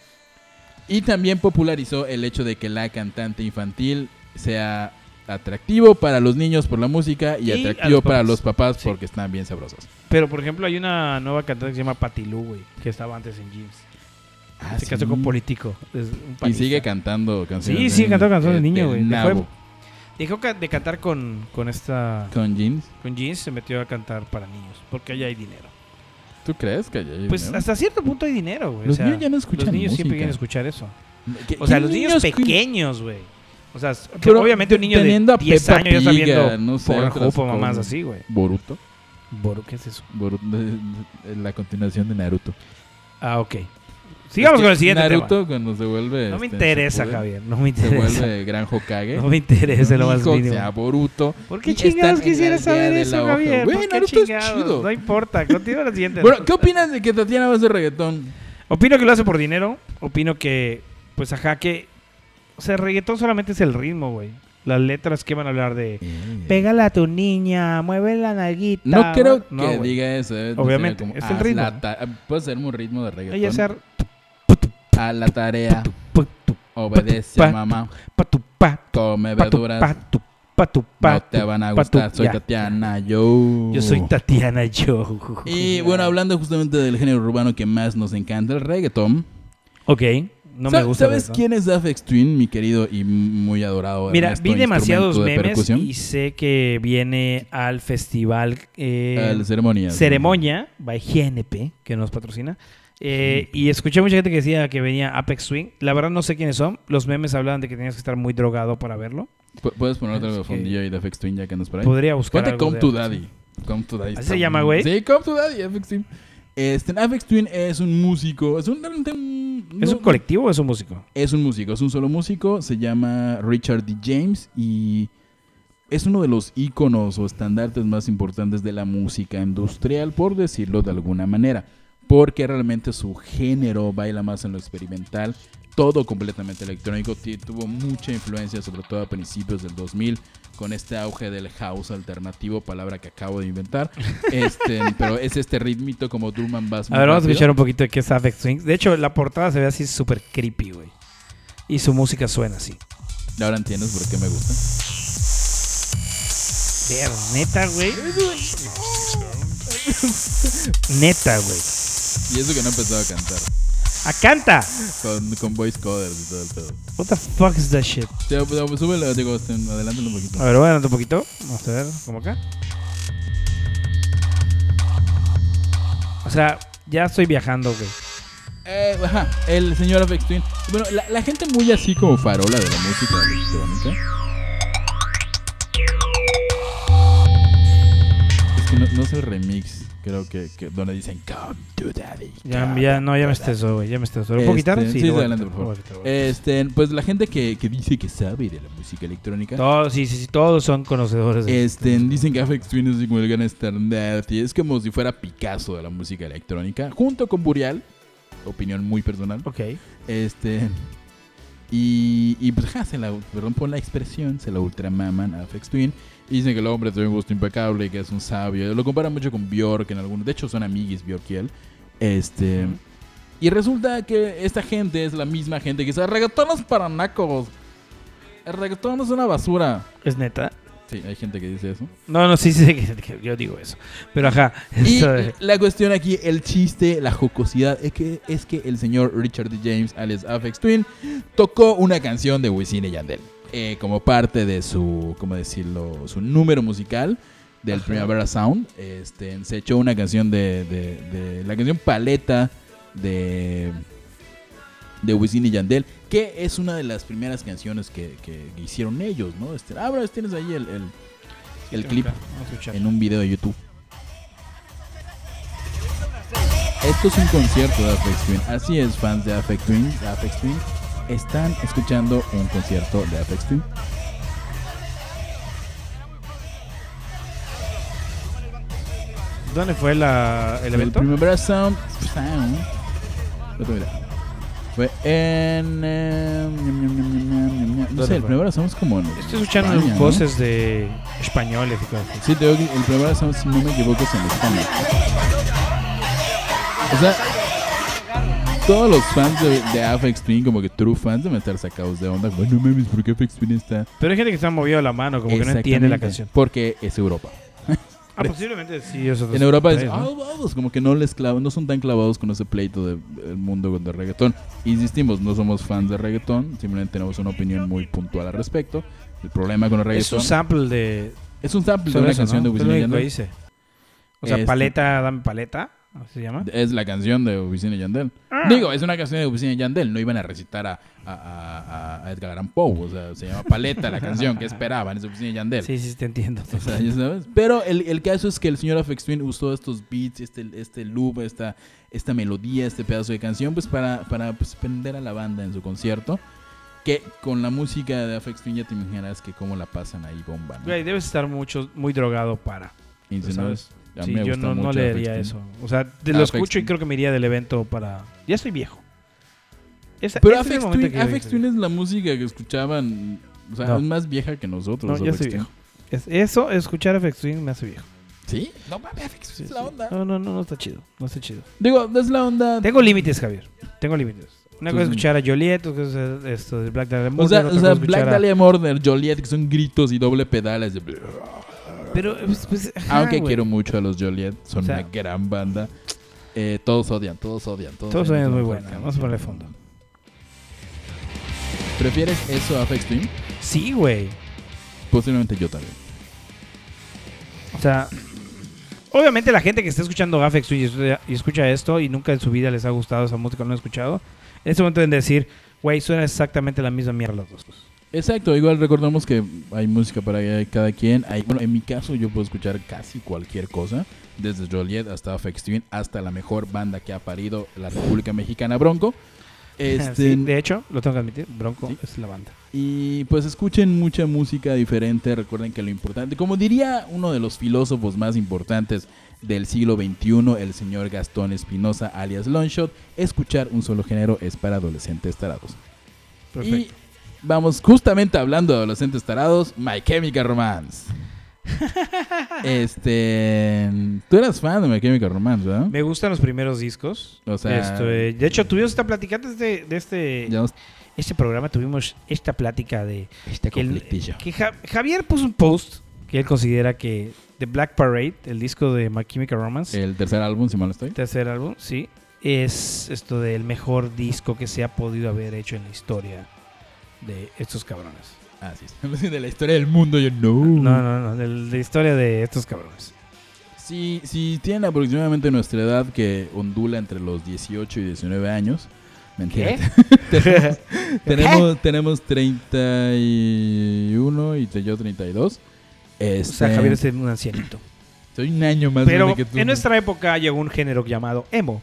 Y también popularizó el hecho de que la cantante infantil sea atractivo para los niños por la música y,
Y a
atractivo
los
para
papás.
los papás
Sí.
porque están bien sabrosos.
Pero, por ejemplo, hay una nueva cantante que se llama Patilú, güey, que estaba antes en Jeans.
Ah,
se casó
sí.
con Político. es un
Y
panista.
sigue cantando canciones.
Sí, sigue
del-
cantando canciones de
del-
niño,
del
güey. Le fue-
nabo.
Dejó ca- de cantar con, con esta...
Con jeans.
Con Jeans se metió a cantar para niños, porque allá hay dinero.
¿Tú crees que ya hay
Pues
dinero?
hasta cierto punto hay dinero, güey.
Los
o sea,
niños ya no escuchan
Los niños siempre
música.
quieren escuchar eso.
¿Qué-
O sea,
qué
los niños
cu-
pequeños, güey. O sea, que
Pero
obviamente un niño
teniendo a
de 10
Peppa
años ya está
Pig,
viendo
a, no sé,
Pornhub
otras
o mamás
cosas.
así, güey.
Boruto.
Boro, ¿qué es eso?
Boruto eh, la continuación de Naruto.
Ah, ok. Sigamos
Es que
con el siguiente
Naruto
tema.
cuando se vuelve...
No me
este,
interesa,
Shippuden,
Javier. No me
Se
interesa.
vuelve Gran Hokage.
[LAUGHS] No me interesa lo más
Hijo,
mínimo.
se sea Boruto.
¿Por
y
qué
están
chingados
en la
quisieras
aldea
saber
de la
eso,
hoja,
Javier?
güey,
¿Por qué
Naruto es
chingados?
chido.
No importa. Continúa la siguiente.
Bueno, ¿qué opinas de que Tatiana va a hacer reggaetón?
Opino que lo hace por dinero. Opino que, pues, ajá, que. O sea, reggaetón solamente es el ritmo, güey. Las letras que van a hablar de. Pégala a tu niña, mueve la nalguita.
No creo
No,
que
güey.
diga eso. eh, no
Obviamente,
sé, como,
es el
haz
ritmo.
la ta- Puede ser un ritmo de reggaetón.
Ella se ar-
A la tarea,
pa, tu,
obedece
pa,
a
tu,
mamá,
pa, tu, pa,
come
pa, tu, pa,
verduras.
tu, pa, tu, pa,
No te
tu,
van a
pa, tu-
gustar, soy
ya. Uh.
Tatiana, yo.
Yo soy Tatiana, yo.
Y bueno, hablando justamente del género urbano que más nos encanta, el reggaetón.
Ok, no me
¿Sab-
gusta.
¿Sabes
eso.
quién es Afex Twin, mi querido y muy adorado?
Mira,
Ernesto,
vi demasiados
instrumento de
memes
percusión?
y sé que viene al festival eh,
Ah, las ceremonias.
Ceremonia by GNP, que nos patrocina. Eh, y escuché mucha gente que decía que venía Apex Swing. La verdad no sé quiénes son. Los memes hablaban de que tenías que estar muy drogado para verlo.
Pu- Puedes poner
Es
otro
que-
fondillo y de FX Twin ya que nos por ahí.
Podría buscar
Ponte
algo
Come
de
to
Apex
Daddy.
Twin.
Come to Daddy.
¿Así
está
se llama,
muy-
güey?
Sí, Come to Daddy, FX Twin. Este, FX Twin es un músico. Es un. realmente un-
¿Es
no-
un colectivo o es un músico?
Es un músico, es un solo músico. Se llama Richard D. James y es uno de los íconos o estandartes más importantes de la música industrial, por decirlo de alguna manera. Porque realmente su género baila más en lo experimental, todo completamente electrónico. Ti- Tuvo mucha influencia, sobre todo a principios del 2000, con este auge del house alternativo, palabra que acabo de
[LAUGHS]
inventar. Este, pero es este ritmito como drum and bass.
A
muy
ver, vamos a
rápido.
escuchar un poquito de qué es Apex Swing. De hecho, la portada se ve así súper creepy, güey. Y su música suena así.
Ahora entiendes por qué me gusta.
Pero, neta, güey. Neta, güey.
Y eso que no he empezado a cantar.
¡Ah, canta!
Con, con voice coders y todo el pedo.
What the fuck is that shit?
Sí, pues, pues, súbelo, digo, este, adelántalo un poquito.
A ver, voy a adelantar un poquito. Vamos a ver, como acá. O sea, ya estoy viajando, güey.
Eh, ajá, el señor Apex Twin. Bueno, la, la gente muy así como farola de la música electrónica. Es que no, no es el remix, creo que, que donde dicen Come to Daddy.
Ya,
come
ya, no, ya me
to daddy".
estresó, güey. Ya me estresó. ¿Lo puedo
Este,
quitar?
sí,
lo voy a
adelante,
quitar,
por
lo voy a
favor.
quitar, lo voy a
Este, pues la gente que, que dice que sabe de la música electrónica.
quitar. Todos, sí, sí, sí, todos son conocedores de
¿Eh? Este, dicen que Afex Twin es como el gran estandarte. Es como si fuera Picasso de la música electrónica. Junto con Burial. Opinión muy personal.
Ok.
Este. Y, y pues, ja, se la, perdón por la expresión, se la ultramaman a Afex Twin. Y dicen que el hombre tiene un gusto impecable y que es un sabio. Lo comparan mucho con Bjork en algunos. De hecho, son amiguis Bjork y él. Este.
Ujú.
Y resulta que esta gente es la misma gente que dice: "El reggaetón es para nacos. El reggaetón es una basura.
Es neta.
Sí, hay gente que dice eso.
No, no, sí, [LAUGHS] sí, sí, que, que yo digo [LAUGHS] eso. Pero ajá.
Y
esto de-
la cuestión aquí, el chiste, la jocosidad, es que, es que el señor Richard D. James, alias Afex Twin, tocó una canción de Wisin y Yandel eh, como parte de su, ¿cómo decirlo?, su número musical del
Ajá.
Primavera Sound. Este, se echó una canción de, de- de- la canción Paleta de, de Wisin y Yandel, que es una de las primeras canciones que, que hicieron ellos, ¿no? Este, ah, bueno, tienes ahí el, el- el clip
Acá, vamos a escuchar.
en un video de YouTube. Esto es un concierto de Apex Twin. Así es, fans de Apex Twin. de Apex Twin están escuchando un concierto de Apex Twin.
¿Dónde fue la, el
El
evento?
Primavera Sound. Sound. No te mira. Fue en. eh, no sé, el primero lo hacemos como en.
Estoy escuchando
España, ¿no?
voces de españoles y cosas así.
Sí, te digo que el primero lo hacemos, si no me equivoco, es en España. O sea, todos los fans de, de Apex Twin, como que true fans, deben estar sacados de onda. Bueno, mames, ¿por qué Apex Twin está.?
Pero hay gente que se ha movido la mano, como que no entiende la
Exactamente,
canción.
Porque es Europa.
Ah, posiblemente sí, eso
En Europa es, "Ah, vamos", como que no les clavan, no son tan clavados con ese pleito de- del mundo del reggaetón. Insistimos, no somos fans de reggaetón, simplemente tenemos una opinión muy puntual al respecto. El problema con el
Es
reggaetón
un sample de.
es un sample de
solo
una
eso,
canción
¿no?
de
Es lo
Wisin y
único que
Yandel.
hice. O sea,
Este-
paleta, dame paleta. ¿Así se llama?
Es la canción de Wisin y Yandel.
Ah.
Digo, es una canción de Wisin y Yandel, no iban a recitar a, a- a- a Edgar Allan Poe, o sea, se llama Paleta la canción, que esperaban? Es de Wisin y Yandel.
Sí, sí, te entiendo.
[LAUGHS] O sea, ya sabes. Pero el, el caso es que el señor Afex Twin usó estos beats, este, este loop, esta, esta melodía, este pedazo de canción, pues para, para pues, prender a la banda en su concierto. Que con la música de Afex Twin ya te imaginarás que cómo la pasan ahí bomba. ¿no?
Güey, debes estar mucho, muy drogado para.
Y si no,
¿sabes?
a mí
Sí,
me
yo
gusta
no, no
mucho
leería
Aphex Twin.
eso. O sea, te lo
Aphex
escucho y
Twin.
creo que me iría del evento para. Ya soy viejo. Esa-
Pero
ese es el
Afex
momento
Twin,
que yo
Aphex
dije,
Twin es la música que escuchaban. O sea,
No.
es más vieja que nosotros.
No, yo
Aphex
soy
Twin.
viejo. es- Eso, escuchar Afex Twin me hace viejo.
¿Sí? No mames, Aphex Twin
Sí,
es la
sí.
onda.
No, no, no, no está chido. No está chido.
Digo, es la onda.
Tengo límites, Javier. Tengo límites. Una cosa es
Tus-
escuchar a Joliet, otra cosa es eh, esto de Black Dahlia
O
Murder,
sea,
otra
o sea,
cosa es
Black
escuchar a-
Dahlia Murder, Joliet, que son gritos y doble pedales. de-
Pero, pues, pues, ajá,
Aunque
güey.
Ah, quiero mucho a los Joliet, son
O sea-
una gran banda. Eh, todos odian, todos odian, todos,
Todos odian, es muy
todos
buena.
odian.
Vamos a ponerle fondo.
¿Prefieres eso a Apex Twin?
Sí, güey.
Posiblemente yo también.
O sea, obviamente la gente que está escuchando Afex Twin y estu- y escucha esto y nunca en su vida les ha gustado esa música, no la han escuchado, en este momento deben decir, güey, suena exactamente la misma mierda los dos. [LAUGHS]
Exacto, igual recordamos que hay música para cada quien. Hay, bueno, en mi caso yo puedo escuchar casi cualquier cosa, desde Joliet hasta Apex Twin, hasta la mejor banda que ha parido la República Mexicana, Bronco. Este,
[LAUGHS] Sí, de hecho, lo tengo que admitir, Bronco
Sí.
es la banda.
Y pues escuchen mucha música diferente, recuerden que lo importante, como diría uno de los filósofos más importantes del siglo XXI, el señor Gastón Espinosa, alias Longshot, escuchar un solo género es para adolescentes tarados. Y
Perfecto.
vamos, justamente hablando de adolescentes tarados, My Chemical
[LAUGHS]
Romance. este, tú eras fan de My Chemical Romance, ¿verdad?
Me gustan los primeros discos.
O sea-
Esto, eh, de hecho, tuvimos esta plática antes de, de este,
Ya nos-
este programa, tuvimos esta plática de
Este
que el-
conflictillo.
que Ja- Javier puso un post que él considera que The Black Parade, el disco de My Chemical Romance,
El tercer álbum, si mal no estoy.
tercer álbum, sí, es esto del mejor disco que se ha podido haber hecho en la historia de estos cabrones.
Ah, sí. [LAUGHS] De la historia del mundo, yo no.
No, no, no, del- de la historia de estos cabrones.
Si, si tienen aproximadamente nuestra edad que ondula entre los 18 y 19 años, mentira. [LAUGHS]
[LAUGHS]
tenemos, tenemos, tenemos 31 y te- yo 32.
O
Este,
sea, Javier es un ancianito.
soy un año más
Pero
grande que tú.
en nuestra época llegó un género llamado emo,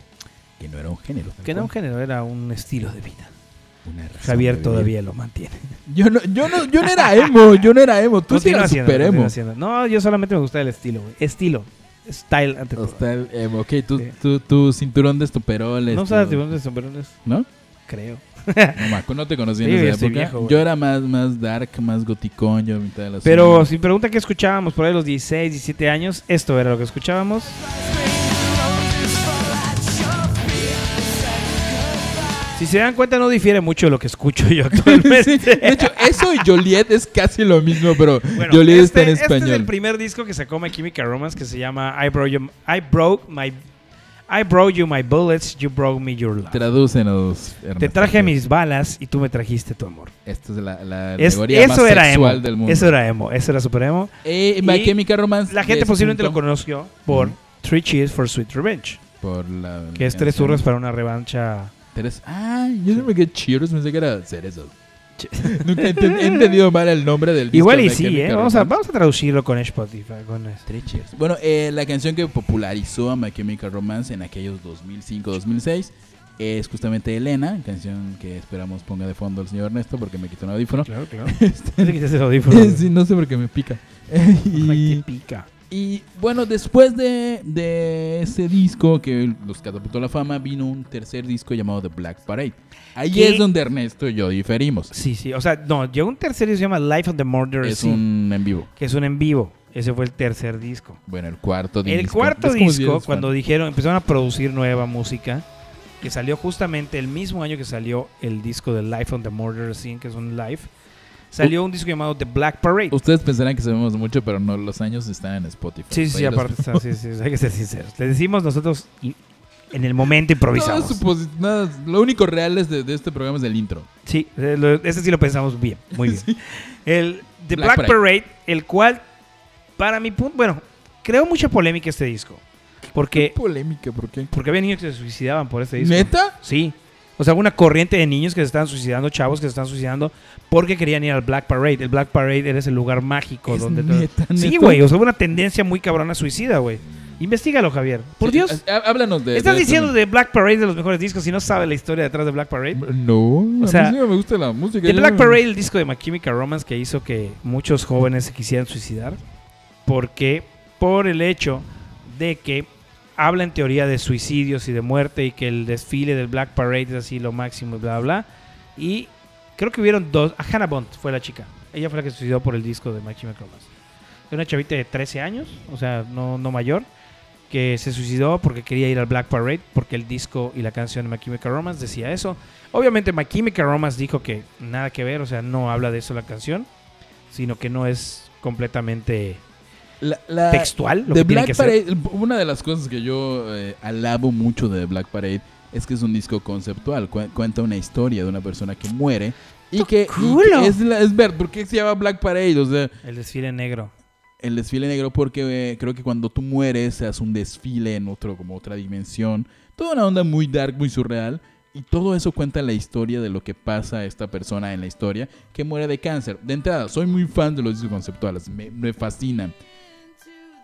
Que no era un género.
que no era un género, era un estilo de vida.
Una razón de
Javier
vivir.
todavía lo mantiene.
Yo no, yo, no, yo no
[LAUGHS]
era emo, yo no era emo. Tú sí
Continúa
eras
haciendo,
super
continúa
emo.
haciendo. No, yo solamente me gusta el estilo, güey. Estilo. Style ante todo.
Hasta el emo. Ok, tu,
Sí.
tu, tu cinturón de estoperoles.
No usaba
tu-
tiburones de sombrerones,
¿No?
creo.
No, Macu, no te conocí en
Sí,
esa
estoy
época.
viejo, güey.
yo era más, más dark, más goticón, yo a mitad de la
Pero [LAUGHS]
serie.
si pregunta qué escuchábamos por ahí a los 16, 17 años, esto era lo que escuchábamos. Si se dan cuenta, no difiere mucho de lo que
[LAUGHS]
escucho yo
[LAUGHS] Sí,
actualmente.
de hecho, eso y Joliet es casi lo mismo, pero
Bueno,
Joliet
este,
está en
este
español.
es el primer disco que sacó My Chemical Romance que se llama I Broke, You- I Broke My I Broke You My Bullets, You Broke Me Your Love.
Tradúcenos,
Te
Ernesto.
traje mis balas y tú me trajiste tu amor.
Esta es la, la
Es-
alegoría
eso
más
era emo.
sexual del mundo.
Eso era emo. Eso era super emo.
Eh, My
Y
Chemical Romance.
La gente
les
posiblemente lo
junto
conoció por
Ujú.
Three Cheers for Sweet Revenge,
Por la
que es tres
canción.
turnos para una revancha.
Tres- Ah, yo siempre que Cheers pensé que era cerezos. [LAUGHS] Nunca he enten- he entendido mal el nombre del disco.
Igual
de
y
My
sí, ¿eh?
Chemical
vamos, a,
Romance.
vamos a traducirlo con Spotify. Con es-
Tres cheers. Bueno, eh, la canción que popularizó a My Chemical Romance en aquellos 2005-2006 es justamente Elena, canción que esperamos ponga de fondo el señor Ernesto porque me quitó un audífono.
Claro, claro.
[LAUGHS] Este,
Te quitas el audífono.
sí, no sé por qué me pica.
Ay,
[LAUGHS] y,
te pica.
Y bueno, después de, de ese disco que los catapultó a la fama, vino un tercer disco llamado The Black Parade. Ahí
¿Qué?
es donde Ernesto y yo diferimos.
Sí, sí. O sea, no, llegó un tercer disco que se llama Life of the Murderer
Es
Scene,
un en vivo.
que es un en vivo. Ese fue el tercer disco.
Bueno, el cuarto disco.
El cuarto
Es como si
disco,
eres fan.
cuando dijeron, empezaron a producir nueva música, que salió justamente el mismo año que salió el disco de Life on the Murder Scene, que es un live,
Uh.
salió un disco llamado The Black Parade.
Ustedes pensarán que sabemos mucho, pero no, los años están en Spotify.
sí, sí,
Ahí
sí,
los-
aparte, [LAUGHS] está, sí, sí, hay que ser sinceros. Le decimos nosotros y en el
Nada
momento improvisamos.
suposi- nada- lo único real es de, de este programa es el intro.
Sí, eh, lo- ese sí lo pensamos bien, muy
[LAUGHS]
bien. El The
Black
Black, Parade, el cual, para mi punto, bueno, creó mucha polémica este disco, porque,
Polémica, ¿por qué?
porque había niños que se suicidaban por este disco.
¿Neta?
Sí. O sea, una corriente de niños que se estaban suicidando, chavos que se están suicidando porque querían ir al Black Parade. El Black Parade era ese lugar mágico
Es
donde...
neta,
Sí,
neta.
güey. O sea, hubo una tendencia muy cabrona suicida, güey. Investígalo, Javier. Por
Sí,
Dios.
há- Háblanos de.
Estás
de-
diciendo de Black Parade de los mejores discos y no sabes la historia detrás de Black Parade.
No,
sea,
a mí sí me gusta la música.
The
yo-
Black Parade, el disco de My Chemical Romance que hizo que muchos jóvenes se quisieran suicidar. Porque por el hecho de que habla en teoría de suicidios y de muerte y que el desfile del Black Parade es así lo máximo y bla, bla, bla. Y creo que hubieron dos. A Hannah Bond fue la chica. Ella fue la que se suicidó por el disco de My Chemical Romance. Era una chavita de 13 años, o sea, no, no mayor, que se suicidó porque quería ir al Black Parade porque el disco y la canción de My Chemical Romance decía eso. Obviamente My Chemical Romance dijo que nada que ver, o sea, no habla de eso la canción, sino que no es completamente
La- la-
textual lo
de
que tiene
Ah, Black
que ser.
Parade, una de las cosas que yo eh, alabo mucho de Black Parade es que es un disco conceptual. Cu- cuenta una historia de una persona que muere y que, y que
culo!
es, la- es ver, ¿por qué se llama Black Parade? O sea,
El desfile negro.
el desfile negro porque eh, creo que cuando tú mueres se hace un desfile en otro como otra dimensión. Toda una onda muy dark, muy surreal. Y todo eso cuenta la historia de lo que pasa a esta persona en la historia que muere de cáncer. De entrada, soy muy fan de los discos conceptuales. Me, me fascinan.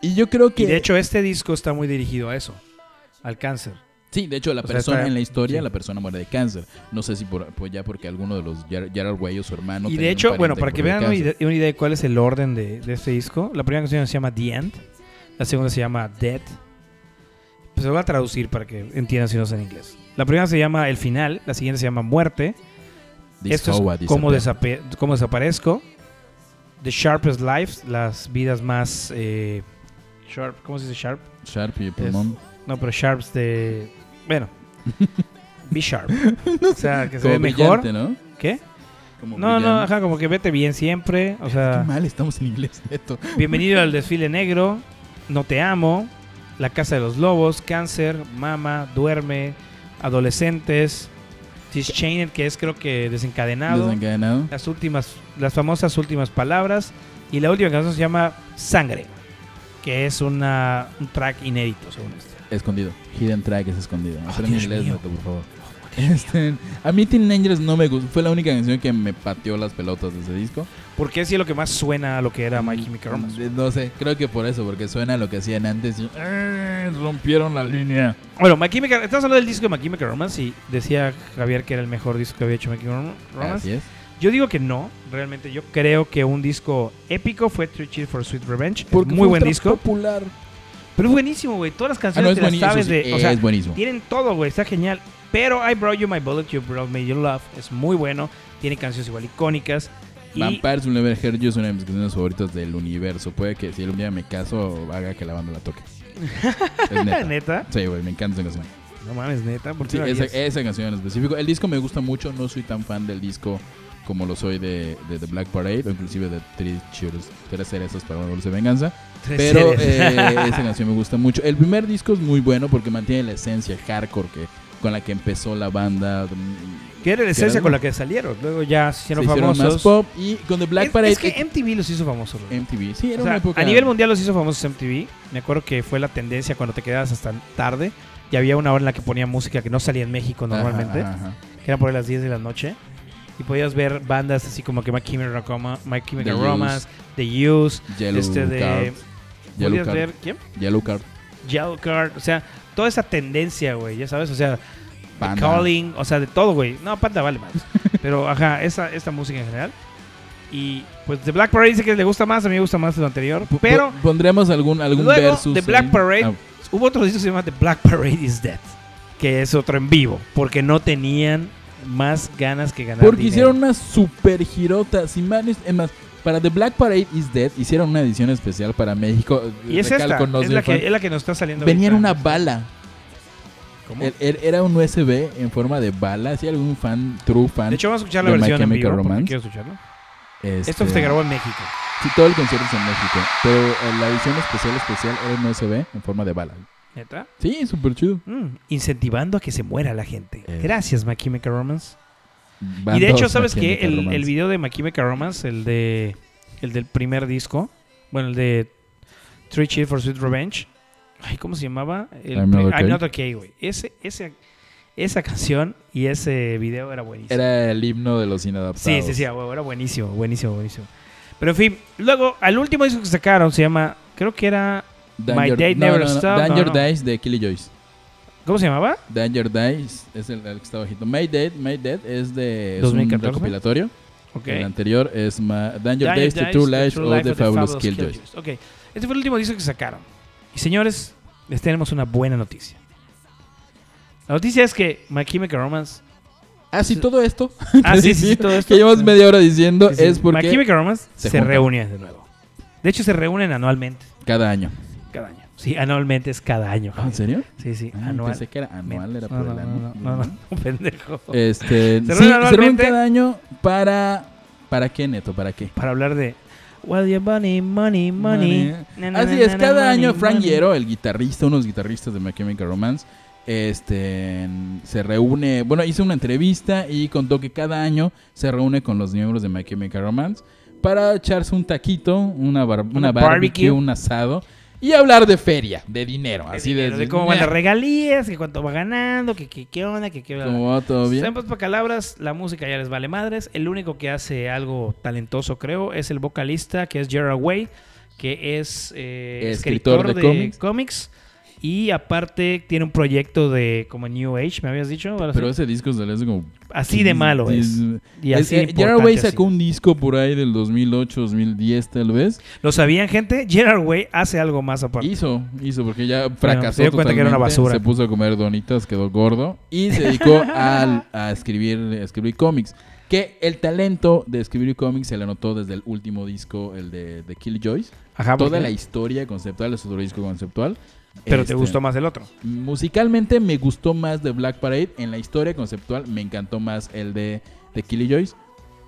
Y yo creo que...
Y de hecho este disco está muy dirigido a eso, al cáncer.
Sí, de hecho, la
O sea,
persona
está-
en la historia,
sí.
la persona muere de cáncer. No sé si por, por ya porque alguno de los Ger- Gerard Way o su hermano.
y
tenía un
de hecho,
pariente
bueno, para que
murió de
vean una
cáncer.
ide- una idea de cuál es el orden de, de este disco, la primera canción se llama The End, la segunda se llama Dead. Pues se va a traducir para que entiendan si no es en inglés. La primera se llama El Final, la siguiente se llama Muerte,
This
Esto
how I
es cómo,
disappear.
desape- cómo desaparezco. The Sharpest Lives, las vidas más... eh, sharp, ¿Cómo se dice sharp?
Sharp y pulmón.
No, pero sharps de... Bueno.
[LAUGHS]
Be sharp. O sea, que se ve
Como
mejor.
brillante, ¿no?
¿Qué?
Como
No, no,
brillante.
ajá, como que vete bien siempre. O
Qué
sea,
mal estamos en inglés, neto.
bienvenido al desfile negro. No te amo. La casa de los lobos. Cáncer. Mama. Duerme. Adolescentes. Dischained, que es creo que desencadenado.
Desencadenado.
las últimas, las famosas últimas palabras. Y la última canción se llama Sangre, que es una, un track inédito, según esto.
Escondido. Hidden track es escondido. Aprende
Oh, Dios
inglés,
mío.
neto, por favor. Este, a mí Teen Angels no me gustó. Fue la única canción que me pateó las pelotas de ese disco.
Porque así es lo que más suena a lo que era My Chemical Romance.
No sé, creo que por eso, porque suena lo que hacían antes. y- ¡Eh! rompieron la línea.
Bueno, My Chemical, estamos hablando del disco de My Chemical Romance y decía Javier que era el mejor disco que había hecho My Chemical Romance.
Así es.
Yo digo que no, realmente yo creo que un disco épico fue Three Cheers for Sweet Revenge. Es
Porque
muy
fue
buen
ultra
disco,
Popular.
pero es buenísimo, güey. Todas las
Ah, no,
canciones
es
te las
buenísimo.
sabes
sí,
de... o sea,
es buenísimo.
Tienen todo, güey. Está genial. Pero I Brought You My Bullet, You Brought Me Your Love. Es muy bueno. Tiene canciones igual icónicas. Y
Vampires Will Never Hurt You es una de mis canciones favoritas del universo. Puede que si algún día me caso, haga que la banda la
[LAUGHS]
toque. Es
neta.
neta. Sí, güey, me encanta esa canción.
No mames, neta. ¿por qué
Sí,
lo
esa,
harías?
esa canción en específico. El disco me gusta mucho, no soy tan fan del disco como lo soy de, de The Black Parade o inclusive de Three Cheers, Tres Cerezas para una dulce venganza.
Tres [LAUGHS]
Pero
seres.
eh, esa canción me gusta mucho. El primer disco es muy bueno porque mantiene la esencia hardcore que, con la que empezó la banda. mm,
que era la esencia
¿Qué
con la que salieron. Luego ya se
Se
hicieron
hicieron más
famosos.
pop y con The Black
es,
Parade eh,
es que MTV los hizo famosos. güey.
MTV. Sí, era
O sea,
una época.
a nivel mundial los hizo famosos MTV. Me acuerdo que fue la tendencia cuando te quedabas hasta tarde. Y había una hora en la que ponía música que no salía en México
Ajá,
normalmente.
ajá, ajá.
que era por las 10 de la noche. Y podías ver bandas así como que My Chemical Romance, My Chemical
The
Romance, The Used,
Yellow
Este de-
Card. Yellow
podías
Card.
ver ¿quién?
Yellow Card.
Yellow Card, o sea, toda esa tendencia, güey, ya sabes, o sea,
Panda.
The [LAUGHS] Calling, o sea, de todo, güey. No, Panda vale más. Pero ajá, esa esta música en general. Y pues The Black Parade dice que le gusta más, a mí me gusta más el anterior. Pero
Po- Pondremos algún, algún
luego
versus.
The Black
ahí.
Parade,
Ah,
hubo otro disco que se llama The Black Parade is Dead, que es otro en vivo, porque no tenían más ganas que ganar.
porque
dinero.
hicieron una super girota. Sin más, es más, para The Black Parade is Dead hicieron una edición especial para México.
Y es
Recalco,
esta,
no
es
soy
la,
fan.
que, es la que nos está saliendo.
Venía en
ahorita.
una bala.
¿Cómo?
Er- er- Era un USB en forma de bala. Si algún fan, true fan.
De hecho, vamos a escuchar la
de My
versión en
Chemical
vivo. porque
Romance.
Quiero escucharlo.
este,
Esto se grabó en México.
Sí, todo el concierto es en México. Pero eh, la edición especial, especial era un USB en forma de bala.
¿Neta?
Sí, súper chido.
Mm, incentivando a que se muera la gente.
Eh.
Gracias, My Chemical Romance.
Van
y de hecho,
dos
¿sabes
aquí en
qué?
Metal
El,
Romance.
el video de My Chemical Romance, el, de, el del primer disco, bueno, el de Three Cheers for Sweet Revenge. Ay, ¿cómo se llamaba? El
I'm
pri-
Not Okay.
I'm Not Okay, güey. Ese, ese, esa canción y ese video era buenísimo.
Era el himno de los inadaptados.
Sí, sí, sí, a huevo, era buenísimo, buenísimo, buenísimo. Pero en fin, luego, al último disco que sacaron se llama, creo que era, My Day Never Stop,
Danger
no, no.
Dice de Killy Joyce.
¿cómo se llamaba?
Danger Dice es el, el que está bajito. My Dead, My Dead es de es un
2014.
recopilatorio.
Ok.
El anterior es Ma- Danger
Dire
Days, The
Straits,
True
The
Lives
True
of
Life
the Fabulous Killjoys.
Killjoys. Ok, este fue el último disco que sacaron. Y señores, les tenemos una buena noticia. La noticia es que My
[LAUGHS]
Chemical Romance...
Ah,
[LAUGHS]
sí, todo esto.
Ah,
que
sí,
decía-
sí, todo esto.
Que llevamos media hora diciendo
Sí, sí.
es
My
porque
Chemical Romance
se
se,
juntan.
reúne de nuevo. De hecho, se reúnen anualmente.
cada año.
Cada año. Sí, anualmente es cada año.
Ah, ¿En serio?
Sí, sí,
Ah,
anual.
pensé que era anual, era por
no, no,
el
no,
año.
no, no, no, no, [LAUGHS] pendejo.
Este, sí,
Se reúnen
se reúnen
anualmente.
cada año para... ¿Para qué, Neto? ¿Para qué?
para hablar de Well, your money, money, money.
Money.
Na, na,
Así
na,
es,
na,
cada
money,
año Frank
money.
Yero, el guitarrista, unos guitarristas de My Chemical Romance, este, se reúne, bueno, hizo una entrevista y contó que cada año se reúne con los miembros de My Chemical Romance para echarse un taquito, una, bar- una
Una
barbecue,
barbecue.
un asado y hablar de feria, de dinero,
De
así
dinero, de cómo van las regalías, que cuánto va ganando, que que- qué onda, que qué
¿Cómo va? todo bien?
En pocas palabras, la música ya les vale madres. El único que hace algo talentoso, creo, es el vocalista, que es Gerard Way, que es eh,
Escritor
escritor,
de
de,
cómics.
cómics. Y aparte tiene un proyecto de como New Age, me habías dicho. Ahora
Pero
sí.
ese disco se le hace como...
así de malo es. Y
Es-
así
eh,
de
Gerard
importante
Way
así.
sacó un disco por ahí del 2008, 2010 tal vez.
¿Lo sabían, gente? Gerard Way hace algo más aparte.
Hizo, hizo, porque ya fracasó.
se dio cuenta que era una
totalmente,
basura.
Se puso a comer donitas, quedó gordo y se
[LAUGHS]
dedicó al- a, escribir, a escribir cómics. Que el talento de escribir cómics se le notó desde el último disco, el de, de Kill Joyce.
Ajá,
Toda
porque-
la historia conceptual, es otro disco conceptual.
Ah, pues Pero
Este,
te gustó más el otro.
Musicalmente me gustó más de Black Parade. En la historia conceptual me encantó más el de, de Killy Joyce.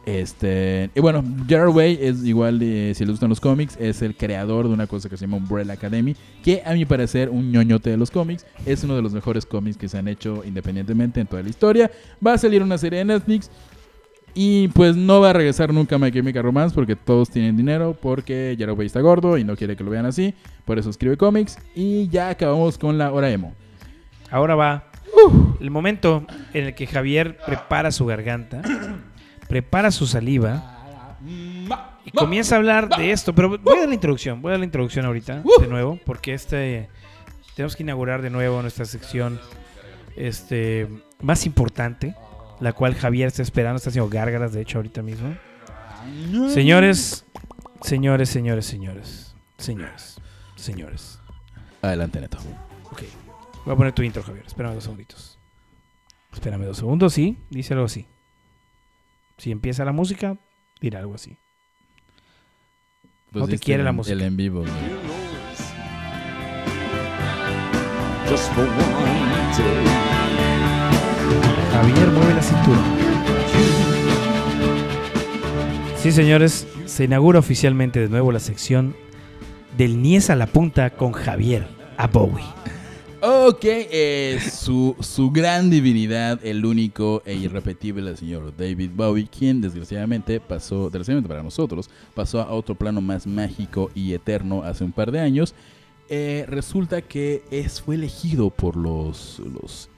Este, y bueno, Gerard Way es igual, de- si les gustan los cómics, es el creador de una cosa que se llama Umbrella Academy, que a mi parecer, un ñoñote de los cómics, es uno de los mejores cómics que se han hecho independientemente en toda la historia. Va a salir una serie de Netflix y pues no va a regresar nunca My Chemical Romance porque todos tienen dinero, porque Gerard Way está gordo y no quiere que lo vean así, por eso escribe cómics y ya acabamos con la hora emo.
Ahora va el momento en el que Javier prepara su garganta, [CLEARS THROAT] prepara su saliva y comienza a hablar de esto. Pero voy a dar la introducción, voy a dar la introducción ahorita de nuevo, porque este tenemos que inaugurar de nuevo nuestra sección este, más importante, la cual Javier está esperando, está haciendo gárgaras de hecho ahorita mismo. Señores, señores, señores, señores, señores, señores.
Adelante, Neto.
Ok. Voy a poner tu intro, Javier. Espérame dos segunditos. Espérame dos segundos, sí. Dice algo así. Si empieza la música, dirá algo así. No te quiere la
el-
música.
El en vivo. güey.
Just for one day.
Javier, mueve la cintura. Sí, señores. Se inaugura oficialmente de nuevo la sección del Nies a la punta con Javier a Bowie.
Ok, eh, su, su gran divinidad, el único e irrepetible, el señor David Bowie, quien desgraciadamente pasó, desgraciadamente para nosotros, pasó a otro plano más mágico y eterno hace un par de años. Eh, resulta que es, fue elegido por los, los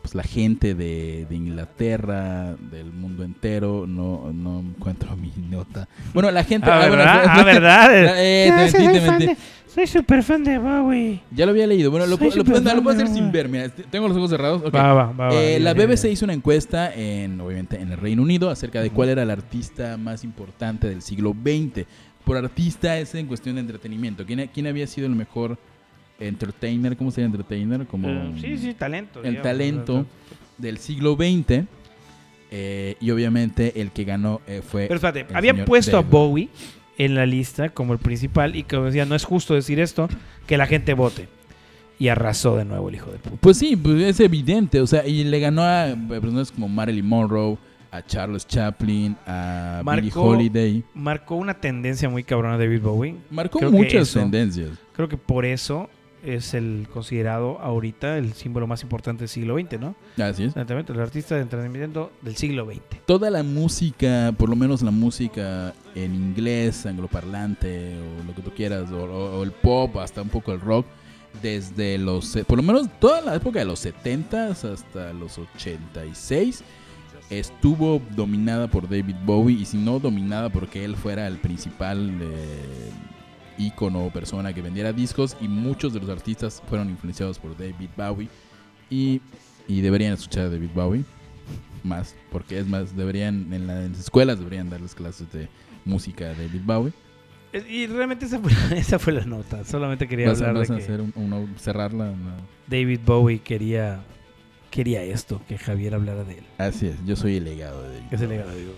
pues, la gente de, de Inglaterra, del mundo entero. No, no encuentro mi nota. Bueno, la gente.
Ah,
ah, bueno, [LAUGHS]
¿verdad? Ah,
Ah,
¿verdad? [LAUGHS]
eh, te mentí, te mentí.
Soy súper fan de Bowie.
Ya lo había leído. Bueno, lo,
Soy
pu- lo puedo,
superfan
no, lo puedo
de
hacer sin
Bowie.
ver. Mira, este- tengo los ojos cerrados. ok.
Va, va, va, va,
Eh,
bien,
la
bien,
BBC
bien.
hizo una encuesta, en, obviamente en el Reino Unido, acerca de cuál era el artista más importante del siglo XX. Por artista es en cuestión de entretenimiento. ¿Quién, quién había sido el mejor entertainer? ¿Cómo sería entertainer? Como
Eh, sí, sí, talento.
el
digamos.
talento del siglo XX. eh, y obviamente el que ganó eh, fue...
Pero espérate,
el
habían
señor
puesto a
David.
Bowie en la lista como el principal y como decía, no es justo decir esto, que la gente vote. Y arrasó de nuevo el hijo de puta.
Pues sí, pues es evidente. O sea, y le ganó a eh, personas como Marilyn Monroe, a Charles Chaplin, a Billie
Marcó-
Holiday.
Marcó una tendencia muy cabrona de David Bowie.
Marcó
creo que
muchas
eso.
tendencias.
Creo que por eso es el considerado ahorita el símbolo más importante del siglo XX, ¿no?
Así es.
Exactamente, el artista de entretenimiento del siglo XX.
Toda la música, por lo menos la música en inglés, angloparlante, o lo que tú quieras, o, o- o el pop, hasta un poco el rock, desde los, eh, por lo menos toda la época de los 70s hasta los 86, estuvo dominada por David Bowie, y si no dominada porque él fuera el principal eh, ícono o persona que vendiera discos, y muchos de los artistas fueron influenciados por David Bowie, y, y deberían escuchar a David Bowie más, porque es más, deberían, en, la- en las escuelas deberían darles clases de música de David Bowie.
Es- Y realmente esa fue, [LAUGHS] esa fue la nota. Solamente quería
Vas, a-
hablar
¿eh?
de
vas a
que
hacer un- uno, cerrarla. no.
David Bowie quería, quería esto, que Javier hablara de él.
Así es, yo soy el legado de David.
Que se le gana, digo.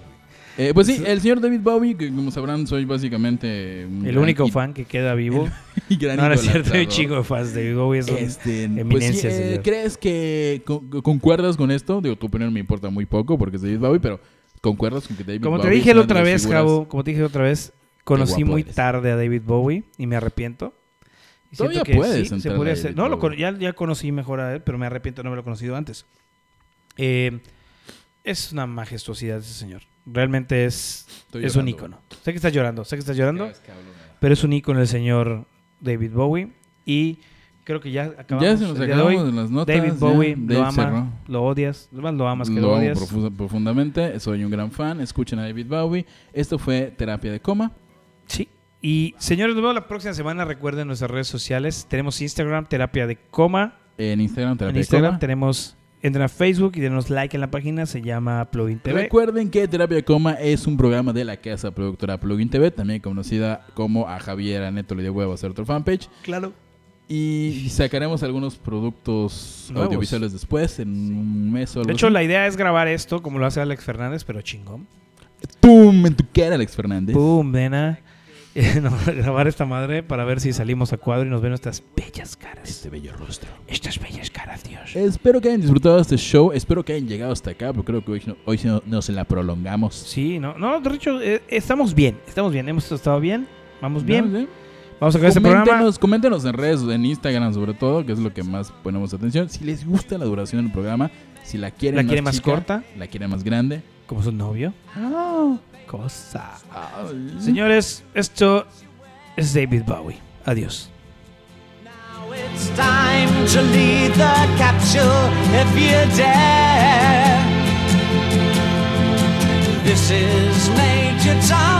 Eh, pues sí, el señor David Bowie, que como sabrán, soy básicamente un
El
gran
único
y-
fan que queda vivo.
[LAUGHS] y gran
No, no es cierto, hay un
idolatrador.
chingo de fans de Bowie. es un-
Este, pues,
eminencia,
sí, eh,
señor.
¿Crees que con- con- concuerdas con esto? Digo, tu opinión me importa muy poco porque es David Bowie, pero ¿concuerdas con que David
Como
Bowie
te
es
dije la
una de
otra
las
vez,
figuras-
Javo, como te dije la otra vez, conocí
guapo
muy
eres.
tarde a David Bowie y me arrepiento. Y siento
Todavía
que
puedes
sí, se
entrar a
podría
David
hacer. No, lo
Bowie.
con- ya, ya conocí mejor a él, pero me arrepiento de no haberlo conocido antes. Eh, es una majestuosidad ese señor. Realmente es,
Estoy
es un
llorando.
ícono. Sé que estás llorando, sé que estás llorando,
Cada vez que hablo, me-
pero es un ícono el señor David Bowie. Y creo que ya acabamos.
Ya se nos
el día de hoy.
acabamos de las notas.
David
ya.
Bowie, lo
Dave
ama,
cerró.
lo odias, más lo amas que lo,
Lo amo
odias.
profu- profundamente, soy un gran fan, escuchen a David Bowie. Esto fue Terapia de Coma.
Sí. Y señores, nos vemos la próxima semana. Recuerden nuestras redes sociales. Tenemos Instagram, terapia de coma.
En Instagram, Terapia
en Instagram
de Coma.
tenemos, entren a Facebook y denos like en la página. Se llama Plugin TV.
Recuerden que Terapia de Coma es un programa de la casa productora Plugin TV, también conocida como a Javier Aneto le dio huevo a hacer otro fanpage.
claro. [LAUGHS]
Y sacaremos algunos productos
Nuevos.
audiovisuales después, en un mes o algo
De hecho,
así.
la idea es grabar esto como lo hace Alex Fernández, pero chingón.
¡Pum! En tu cara, Alex Fernández.
¡Pum, nena! [LAUGHS] No, grabar esta madre para ver si salimos a cuadro y nos ven nuestras bellas caras.
Este bello rostro.
Estas bellas caras, Dios.
Espero que hayan disfrutado este show, espero que hayan llegado hasta acá, porque creo que hoy, no- hoy sí no- nos la prolongamos.
Sí, no, no, de hecho, eh, estamos bien, estamos bien, hemos estado bien, vamos Pues bien.
¿No? ¿Sí?
Vamos a acabar este programa.
Coméntenos- coméntenos en redes, en Instagram sobre todo, que es lo que más ponemos atención. Si les gusta la duración del programa, si la quieren
¿La
más,
quieren más
chica,
corta? Ah.
la quieren más grande.
Como su novio. Cosa.
Señor-
Señores, esto es David Bowie. Adiós.
Now it's time to leave the capsule if you dare. This is Major Tom.